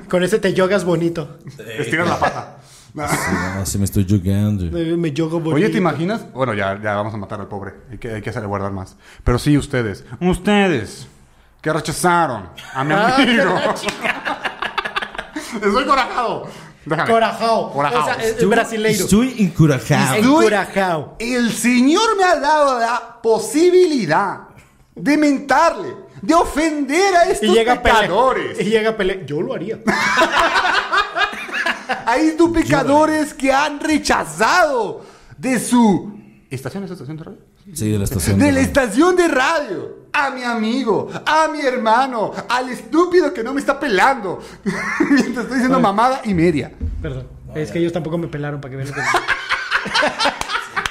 Speaker 4: Con ese te yogas bonito.
Speaker 3: Eh,
Speaker 11: Estiras la pata.
Speaker 5: Ah, sí, me estoy jugando.
Speaker 4: Me me yogo bonito.
Speaker 11: Oye, ¿te imaginas? Bueno, ya, ya vamos a matar al pobre. Hay que, hay que hacerle guardar más. Pero sí, ustedes. Ustedes. Que rechazaron a mi amigo. Estoy corajado. Déjame.
Speaker 4: Corajao.
Speaker 11: Corajao.
Speaker 4: O sea, es- es brasileiro.
Speaker 5: Estoy encorajado.
Speaker 11: Estoy-
Speaker 4: Corajao.
Speaker 11: El Señor me ha dado la posibilidad de mentarle, de ofender a estos
Speaker 4: Y llega Pele.
Speaker 11: pecadores.
Speaker 4: Y llega Pele. Yo lo haría.
Speaker 11: Hay duplicadores que han rechazado de su estación, ¿es estación de radio?
Speaker 5: Sí, de la estación.
Speaker 11: De la estación de radio. A mi amigo, a mi hermano, al estúpido que no me está pelando. Mientras estoy diciendo mamada y media.
Speaker 4: Perdón. es que ellos tampoco me pelaron para que vean lo que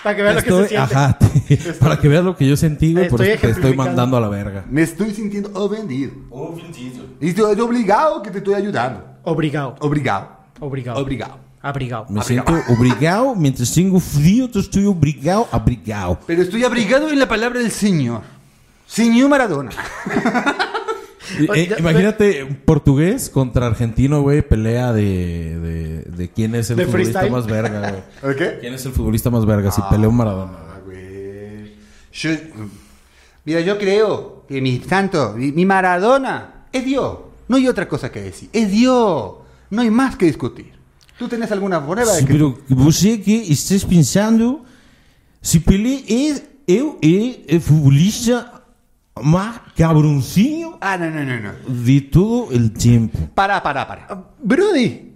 Speaker 4: Para que vean lo que se
Speaker 5: Estoy-
Speaker 4: siente.
Speaker 5: ajá, te- para que veas lo que yo sentí, güey, por
Speaker 4: Estoy
Speaker 5: eso te estoy
Speaker 4: ejemplificando.
Speaker 5: mandando a la verga.
Speaker 3: Ah,
Speaker 11: Me estoy sintiendo ofendido.
Speaker 13: Oh, bendito.
Speaker 11: Y estoy obligado que te estoy ayudando.
Speaker 4: Obrigado.
Speaker 11: Obrigado.
Speaker 4: Obrigado.
Speaker 11: Obrigado.
Speaker 4: Abrigado.
Speaker 5: Me siento obrigado. Mientras tengo frío, te estoy obrigado, abrigado.
Speaker 3: Pero estoy abrigado en la palabra del Señor. Señor Maradona.
Speaker 5: Eh, eh, imagínate, portugués contra argentino, güey, pelea de, de, de quién es el
Speaker 4: ¿De
Speaker 5: futbolista
Speaker 4: freestyle?
Speaker 5: más verga, güey.
Speaker 3: ¿Por qué?
Speaker 5: ¿Quién es el futbolista más verga? Si pelea un Maradona.
Speaker 3: Ah, güey. Yo- mira, yo creo que mi santo, mi, mi Maradona, es Dios. No hay otra cosa que decir. Es Dios. No hay más que discutir. ¿Tú tenés alguna prueba de
Speaker 5: Sí,
Speaker 3: que...
Speaker 5: pero você que estás pensando, se Pelé é, eu é o futebolista mais cabroncinho
Speaker 3: Ah, no, no, no, no.
Speaker 5: de todo o tempo.
Speaker 3: Para, para, para.
Speaker 4: Ah, Brody.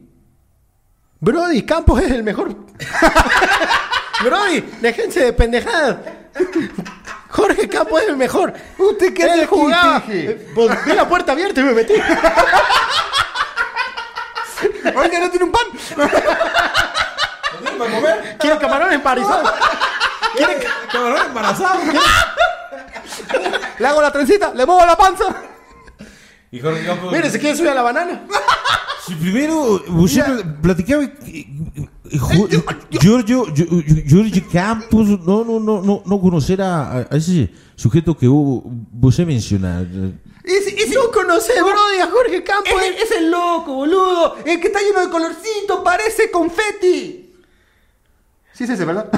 Speaker 4: Brody, Campos es el mejor. Brody, déjense de pendejadas. Jorge Campos es el mejor.
Speaker 3: ¿Usted qué hace
Speaker 4: Él
Speaker 3: aquí,
Speaker 4: jugaba.
Speaker 3: Tije?
Speaker 4: Pues, vi la puerta abierta y me metí.
Speaker 3: Oiga, no tiene un pan.
Speaker 4: Quiero camarones emparizados.
Speaker 14: Cabrón, embarazado.
Speaker 3: Le hago la trencita, le muevo la panza.
Speaker 14: Y Jorge Campos.
Speaker 4: Mire, se quiere subir a la banana.
Speaker 5: Se primeiro você pl- platicava que- que- eh,
Speaker 3: Eh,
Speaker 5: Jo- eh, Giorgio, Gio- Gio- Giorgio Campos não, não, não, não, não conhecerá a, a esse sujeito que eu- você mencionar.
Speaker 3: Ese, ese,
Speaker 4: No conoce, Brody, a Jorge Campos.
Speaker 3: ese- ese loco, boludo. eh. El que está lleno de colorcito, parece confeti. Sí, es ese, ¿verdad?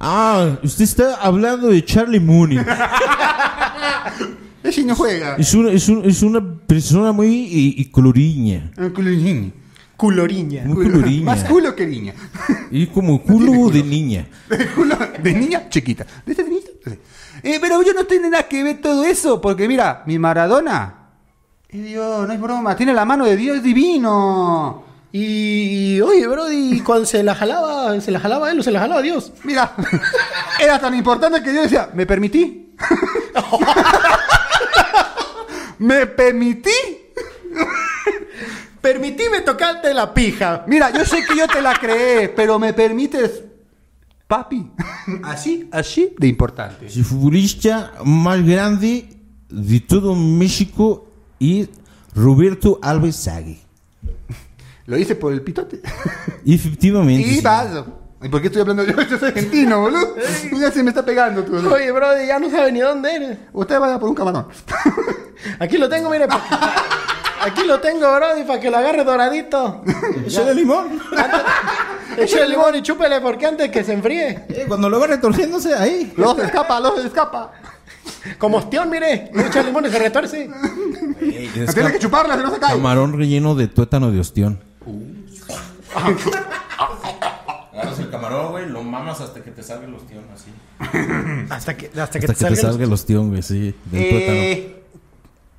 Speaker 5: Ah, você está falando de Charlie Mooney.
Speaker 3: Ese no juega.
Speaker 5: Es una, es un- es una persona muy y, y coloriña.
Speaker 3: Ah, culo de niña.
Speaker 4: Culoriña.
Speaker 5: Muy coloriña.
Speaker 3: Más culo que niña.
Speaker 5: Y como culo de niña.
Speaker 3: De culo de niña chiquita. ¿De esta niñita? Sí. Eh, pero yo no tengo nada que ver todo eso, porque mira, mi Maradona. eh, Dios, no es broma, tiene la mano de Dios es divino.
Speaker 4: Y, oye, Brody, cuando se la jalaba, se la jalaba él o se la jalaba Dios.
Speaker 3: Mira, era tan importante que yo decía, ¿me permití? ¿Me permití?
Speaker 4: Permitime tocarte la pija.
Speaker 3: Mira, yo sé que yo te la creé, pero ¿me permites? Papi, así, así de importante.
Speaker 5: Es el futbolista más grande de todo México y Roberto Alves Sague.
Speaker 3: Lo hice por el pitote.
Speaker 5: Efectivamente.
Speaker 3: Y
Speaker 5: sí.
Speaker 3: vaso. ¿Y por qué estoy hablando yo? Yo soy argentino, boludo. Ya se me está pegando tú.
Speaker 4: Oye, Brody, ya no sabe ni dónde eres.
Speaker 3: Usted vaya por un camarón.
Speaker 4: Aquí lo tengo, mire. pa- Aquí lo tengo, Brody, para que lo agarre doradito.
Speaker 5: Échale limón.
Speaker 4: Eche el limón y chúpele porque antes que se enfríe.
Speaker 5: Cuando lo va retorciéndose ahí.
Speaker 3: Luego se escapa, luego se escapa.
Speaker 4: Como ostión, mire. Echa el limón y se retuerce.
Speaker 3: Tiene que chuparla, si no se cae.
Speaker 5: Camarón relleno de tuétano de ostión.
Speaker 14: Agarras el camarón, güey, lo mamas hasta que te salgan los tíos así.
Speaker 4: Hasta que, hasta
Speaker 5: Hasta
Speaker 4: que te
Speaker 5: que te
Speaker 4: salga el- Eh,
Speaker 5: salga el ostión, güey, sí. Del tuétano.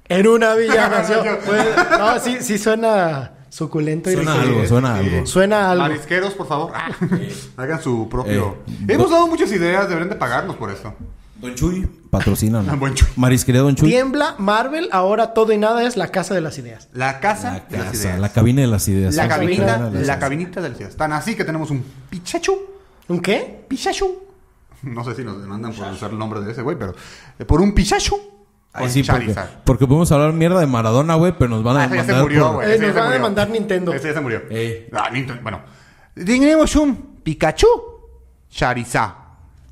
Speaker 4: En una villa nació. Pues, no, sí, sí suena suculento y
Speaker 5: Suena
Speaker 4: rico.
Speaker 5: algo, suena algo.
Speaker 4: Suena algo.
Speaker 3: Marisqueros, por favor. Hagan su propio. Hemos dado muchas ideas, deberían de pagarnos por esto.
Speaker 14: Don Chuy.
Speaker 5: Patrocina, ¿no?
Speaker 3: Buen chuy.
Speaker 5: Marisquería Don Chuy.
Speaker 4: Tiembla, Marvel, ahora todo y nada es la casa de las ideas.
Speaker 3: La casa,
Speaker 5: La
Speaker 3: de las
Speaker 5: casa,
Speaker 3: ideas.
Speaker 5: la cabina de las ideas.
Speaker 3: La cabinita,
Speaker 5: cabina de las
Speaker 3: la
Speaker 5: ideas.
Speaker 3: cabinita de las ideas. Tan así que tenemos un pichachu.
Speaker 4: ¿Un qué?
Speaker 3: Pichachu. No sé si nos demandan por usar el nombre de ese güey, pero eh, por un pichachu.
Speaker 5: Ay,
Speaker 3: con
Speaker 5: Pues sí, porque,
Speaker 3: Charizard.
Speaker 5: porque podemos hablar mierda de Maradona, güey, pero nos van a
Speaker 3: Ah, ese ya
Speaker 5: demandar
Speaker 3: se murió,
Speaker 5: por-
Speaker 3: güey.
Speaker 4: Eh,
Speaker 3: Ese ya
Speaker 4: nos
Speaker 3: se
Speaker 4: van a
Speaker 3: murió.
Speaker 4: demandar Nintendo.
Speaker 3: Ese ya se murió.
Speaker 5: Ey.
Speaker 3: Ah, Nintendo, Bueno, tenemos un Pikachu Charizard.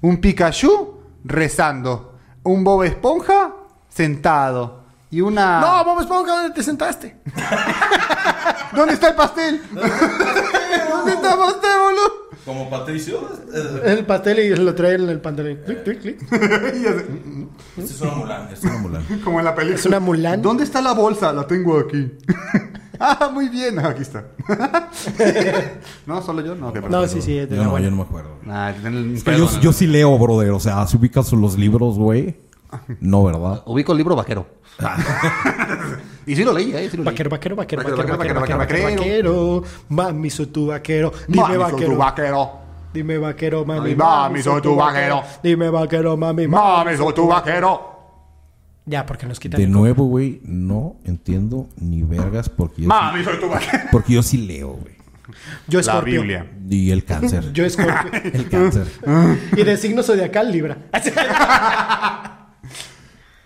Speaker 3: Un Pikachu rezando. Un Bob Esponja sentado. Y una.
Speaker 4: No, Bob Esponja, ¿dónde te sentaste?
Speaker 3: ¿Dónde está el pastel? ¿Dónde está el pastel, boludo?
Speaker 14: Como Patricio. eh,
Speaker 4: El pastel y lo trae en el pantalón. Clic, clic, clic.
Speaker 3: Y hace-
Speaker 14: Este es una ambulante.
Speaker 3: Como en la película.
Speaker 4: Es una Mulan.
Speaker 3: ¿Dónde está la bolsa? La tengo aquí. ah, muy bien. Ah, Aquí está. no, solo yo. No, qué
Speaker 4: No,
Speaker 3: perdón.
Speaker 4: sí, sí. es de
Speaker 5: Yo
Speaker 4: la
Speaker 5: no,
Speaker 4: buena.
Speaker 5: yo no me acuerdo.
Speaker 3: Ah, ten-
Speaker 5: Que yo,
Speaker 3: perdón.
Speaker 5: yo sí leo, brother. O sea, si ubicas los libros, güey. No, ¿verdad?
Speaker 3: Ubico el libro vaquero. y sí lo leí, ¿eh? Sí lo leí.
Speaker 4: Vaquero, vaquero,
Speaker 3: Vaquero,
Speaker 4: vaquero, vaquero,
Speaker 3: vaquero,
Speaker 4: vaquero, vaquero, vaquero,
Speaker 3: vaquero,
Speaker 4: vaquero. Mami, soy tu vaquero. Dime
Speaker 3: Mami, soy tu
Speaker 4: vaquero.
Speaker 3: vaquero.
Speaker 4: Dime vaquero, mami.
Speaker 3: Ay, mami, soy tu vaquero.
Speaker 4: Dime vaquero, mami. ma-
Speaker 3: Mami, soy tu vaquero.
Speaker 4: Ya, porque nos quitan.
Speaker 5: De nuevo, güey, no entiendo ni vergas porque yo, sí,
Speaker 3: Mami, soy tu vaquero.
Speaker 5: porque yo sí leo, güey.
Speaker 4: Yo
Speaker 3: La
Speaker 4: escorpio.
Speaker 3: Biblia.
Speaker 5: Y el cáncer.
Speaker 4: Yo escorpio.
Speaker 5: El cáncer.
Speaker 4: y de signo zodiacal, Libra.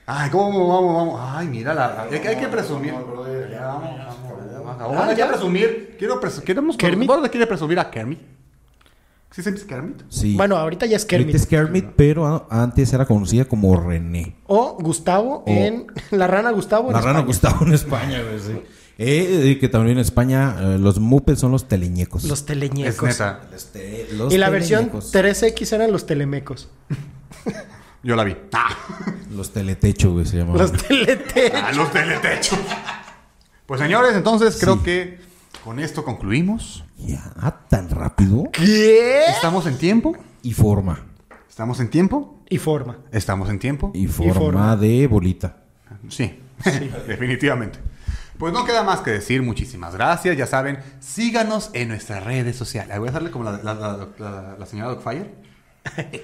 Speaker 3: Ay, ¿cómo vamos, vamos? Ay, mira la... la- hay, que, hay que presumir. Vamos, vamos, vamos, ahora hay que
Speaker 4: ya.
Speaker 3: presumir. Quiero presu- queremos
Speaker 4: ¿Kermit?
Speaker 3: Borda quiere presumir a Kermit. ¿Sí se dice Kermit?
Speaker 5: Sí.
Speaker 4: Bueno, ahorita ya es Kermit.
Speaker 5: Ahorita es Kermit, pero a- antes era conocida como René.
Speaker 4: O Gustavo en. La rana Gustavo en
Speaker 5: La rana
Speaker 4: España.
Speaker 5: Gustavo en España, güey, sí. Eh, eh, que también en España eh, los Muppets son los teleñecos.
Speaker 4: Los
Speaker 3: Es
Speaker 4: teleñecos.
Speaker 3: neta.
Speaker 5: Los te- los
Speaker 4: Y la versión
Speaker 5: teleñecos.
Speaker 4: 3X eran los telemecos.
Speaker 3: Yo la vi. Ah,
Speaker 5: Los teletecho, güey, se llamaban.
Speaker 4: Los teletechos.
Speaker 3: a los teletechos. Pues señores, entonces creo que con esto concluimos.
Speaker 5: Ya, ah, tan rápido.
Speaker 4: ¿Qué?
Speaker 3: Estamos en tiempo.
Speaker 5: Y forma.
Speaker 3: Estamos en tiempo.
Speaker 4: Y forma.
Speaker 3: Estamos en tiempo.
Speaker 5: Y forma,
Speaker 4: forma.
Speaker 5: de bolita.
Speaker 3: Sí, definitivamente. Pues no queda más que decir muchísimas gracias. Ya saben, síganos en nuestras redes sociales. Voy a hacerle como la, la- la- la- la señora Dogfire.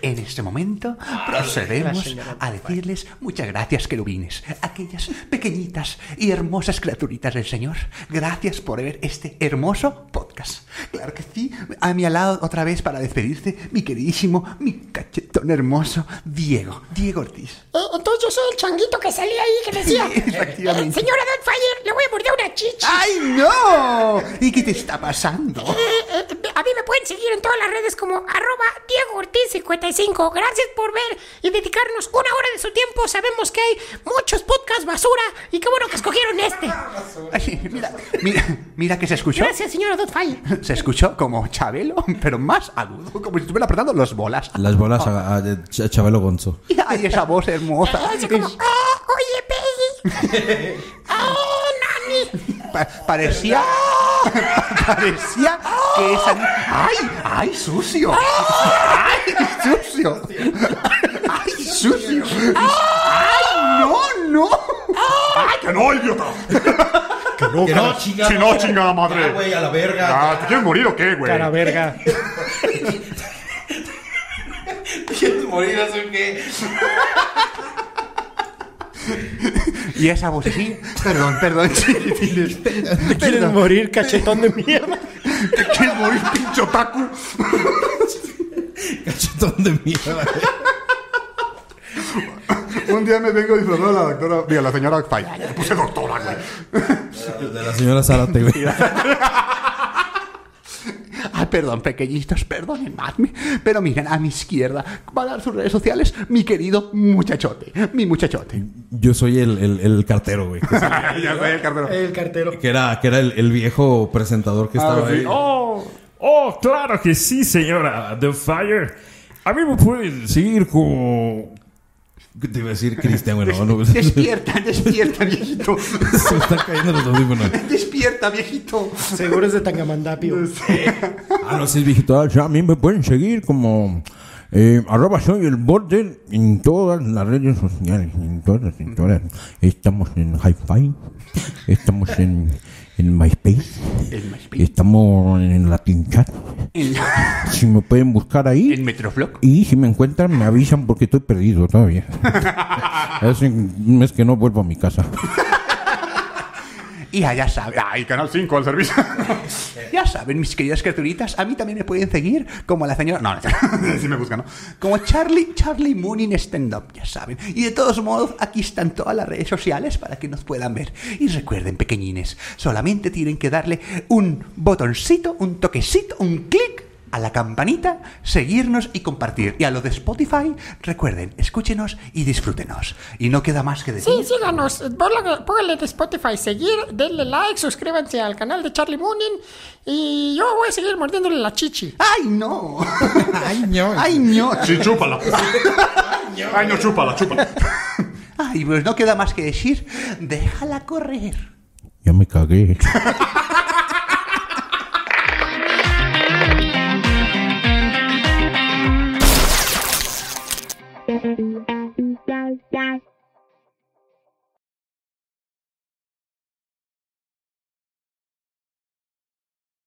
Speaker 3: En este momento
Speaker 4: la
Speaker 3: procedemos
Speaker 4: señora
Speaker 3: a decirles muchas gracias, querubines. Aquellas pequeñitas y hermosas criaturitas del Señor, gracias por ver este hermoso podcast. Claro que sí, a mi lado otra vez para despedirte, mi queridísimo, mi cachetón hermoso, Diego, Diego Ortiz.
Speaker 15: Eh, Entonces yo soy el changuito que salía ahí que decía,
Speaker 3: Sí, efectivamente. Ah.
Speaker 15: "Eh, señora Dotfire, le voy a morder una chicha.
Speaker 3: ¡Ay, no! ¿Y qué te está pasando?
Speaker 15: a mí me pueden seguir en todas las redes como arroba Diego Ortiz 55. Gracias por ver y dedicarnos una hora de su tiempo. Sabemos que hay muchos podcasts basura y qué bueno que escogieron este.
Speaker 3: Ay, mira, mira, mira que se escuchó.
Speaker 15: Gracias, señora Dotfire.
Speaker 3: Se escuchó como Chabelo, pero más agudo, como si estuviera apretando los bolas.
Speaker 5: Las bolas a, a- a Ch- Chabelo Gonzo.
Speaker 3: Ay, esa voz hermosa.
Speaker 15: Así como,
Speaker 3: Es-
Speaker 15: "Ah, oye, Peggy. ¡Ah, Nani!
Speaker 3: pa- parecía. parecía que esa. ¡Ay! ¡Ay, sucio! ¡Ay, sucio! ¡Ay, sucio! ¡Ay, no, no! ¡Ay, que no, idiota! ¡Que no, Ah. que no, chingada, madre!
Speaker 11: a la verga.
Speaker 3: Ah, ¿te quieres morir o qué, güey?
Speaker 4: Cara verga.
Speaker 11: ¿Quieres morir así que?
Speaker 3: Y esa vocecilla. Perdón, perdón, chiquitines.
Speaker 4: Te quieres morir, cachetón de mierda.
Speaker 3: ¿Te quieres morir, pinche otaku?
Speaker 5: Cachetón de mierda.
Speaker 3: Un día me vengo disfrazado de la doctora. Diga, la señora Falla. Le puse doctora, güey.
Speaker 5: De la señora Zárate, güey.
Speaker 3: Ay, perdón, pequeñitos, perdonenme. Pero miren, a mi izquierda van a sus redes sociales mi querido muchachote. Mi muchachote.
Speaker 5: Yo soy el, el- el cartero, güey. Que,
Speaker 3: ya soy el cartero.
Speaker 4: El cartero.
Speaker 5: que era, que era el, el viejo presentador
Speaker 11: Ah,
Speaker 5: que estaba ahí.
Speaker 12: Oh, oh, claro que sí, señora The Fire. A mí me pueden seguir como...
Speaker 5: ¿Qué te iba a decir, Cristian? Bueno, no, se
Speaker 3: Despierta, despierta, viejito.
Speaker 5: me están cayendo los audífonos.
Speaker 3: Despierta, viejito.
Speaker 4: Seguro es de Tangamandapio.
Speaker 5: Ah, no, sí, es viejito. Ya a mí me pueden seguir como... eh, arroba soy el borde en todas las redes sociales, en todas, en todas. Estamos en Hi-Fi, estamos en, en MySpace,
Speaker 3: En MySpace.
Speaker 5: estamos en Latin Chat.
Speaker 3: En,
Speaker 5: Si me pueden buscar ahí.
Speaker 3: en Metroflog.
Speaker 5: Y si me encuentran, me avisan porque estoy perdido todavía. Hace un mes que no vuelvo a mi casa.
Speaker 3: Y allá saben. Ay, Canal 5 al servicio. ya saben, mis queridas criaturitas, a mí también me pueden seguir como a la señora. No, no, sí me buscan, ¿no? Como Charlie, Charlie Moon in Stand Up, ya saben. Y de todos modos, aquí están todas las redes sociales para que nos puedan ver. Y recuerden, pequeñines, solamente tienen que darle un botoncito, un toquecito, un clic a la campanita, seguirnos y compartir. Y a lo de Spotify, recuerden, escúchenos y disfrútenos. Y no queda más que decir.
Speaker 15: Sí, síganos. Póngale póngale de Spotify seguir, denle like, suscríbanse al canal de Charlie Moonin. Y yo voy a seguir mordiéndole la chichi.
Speaker 3: ¡Ay, no! ¡Ay, no! ¡Ay, no! Sí, chúpala. ¡Ay, no, chúpala, chúpala! Ay, pues no queda más que decir, déjala correr.
Speaker 5: Ya me cagué.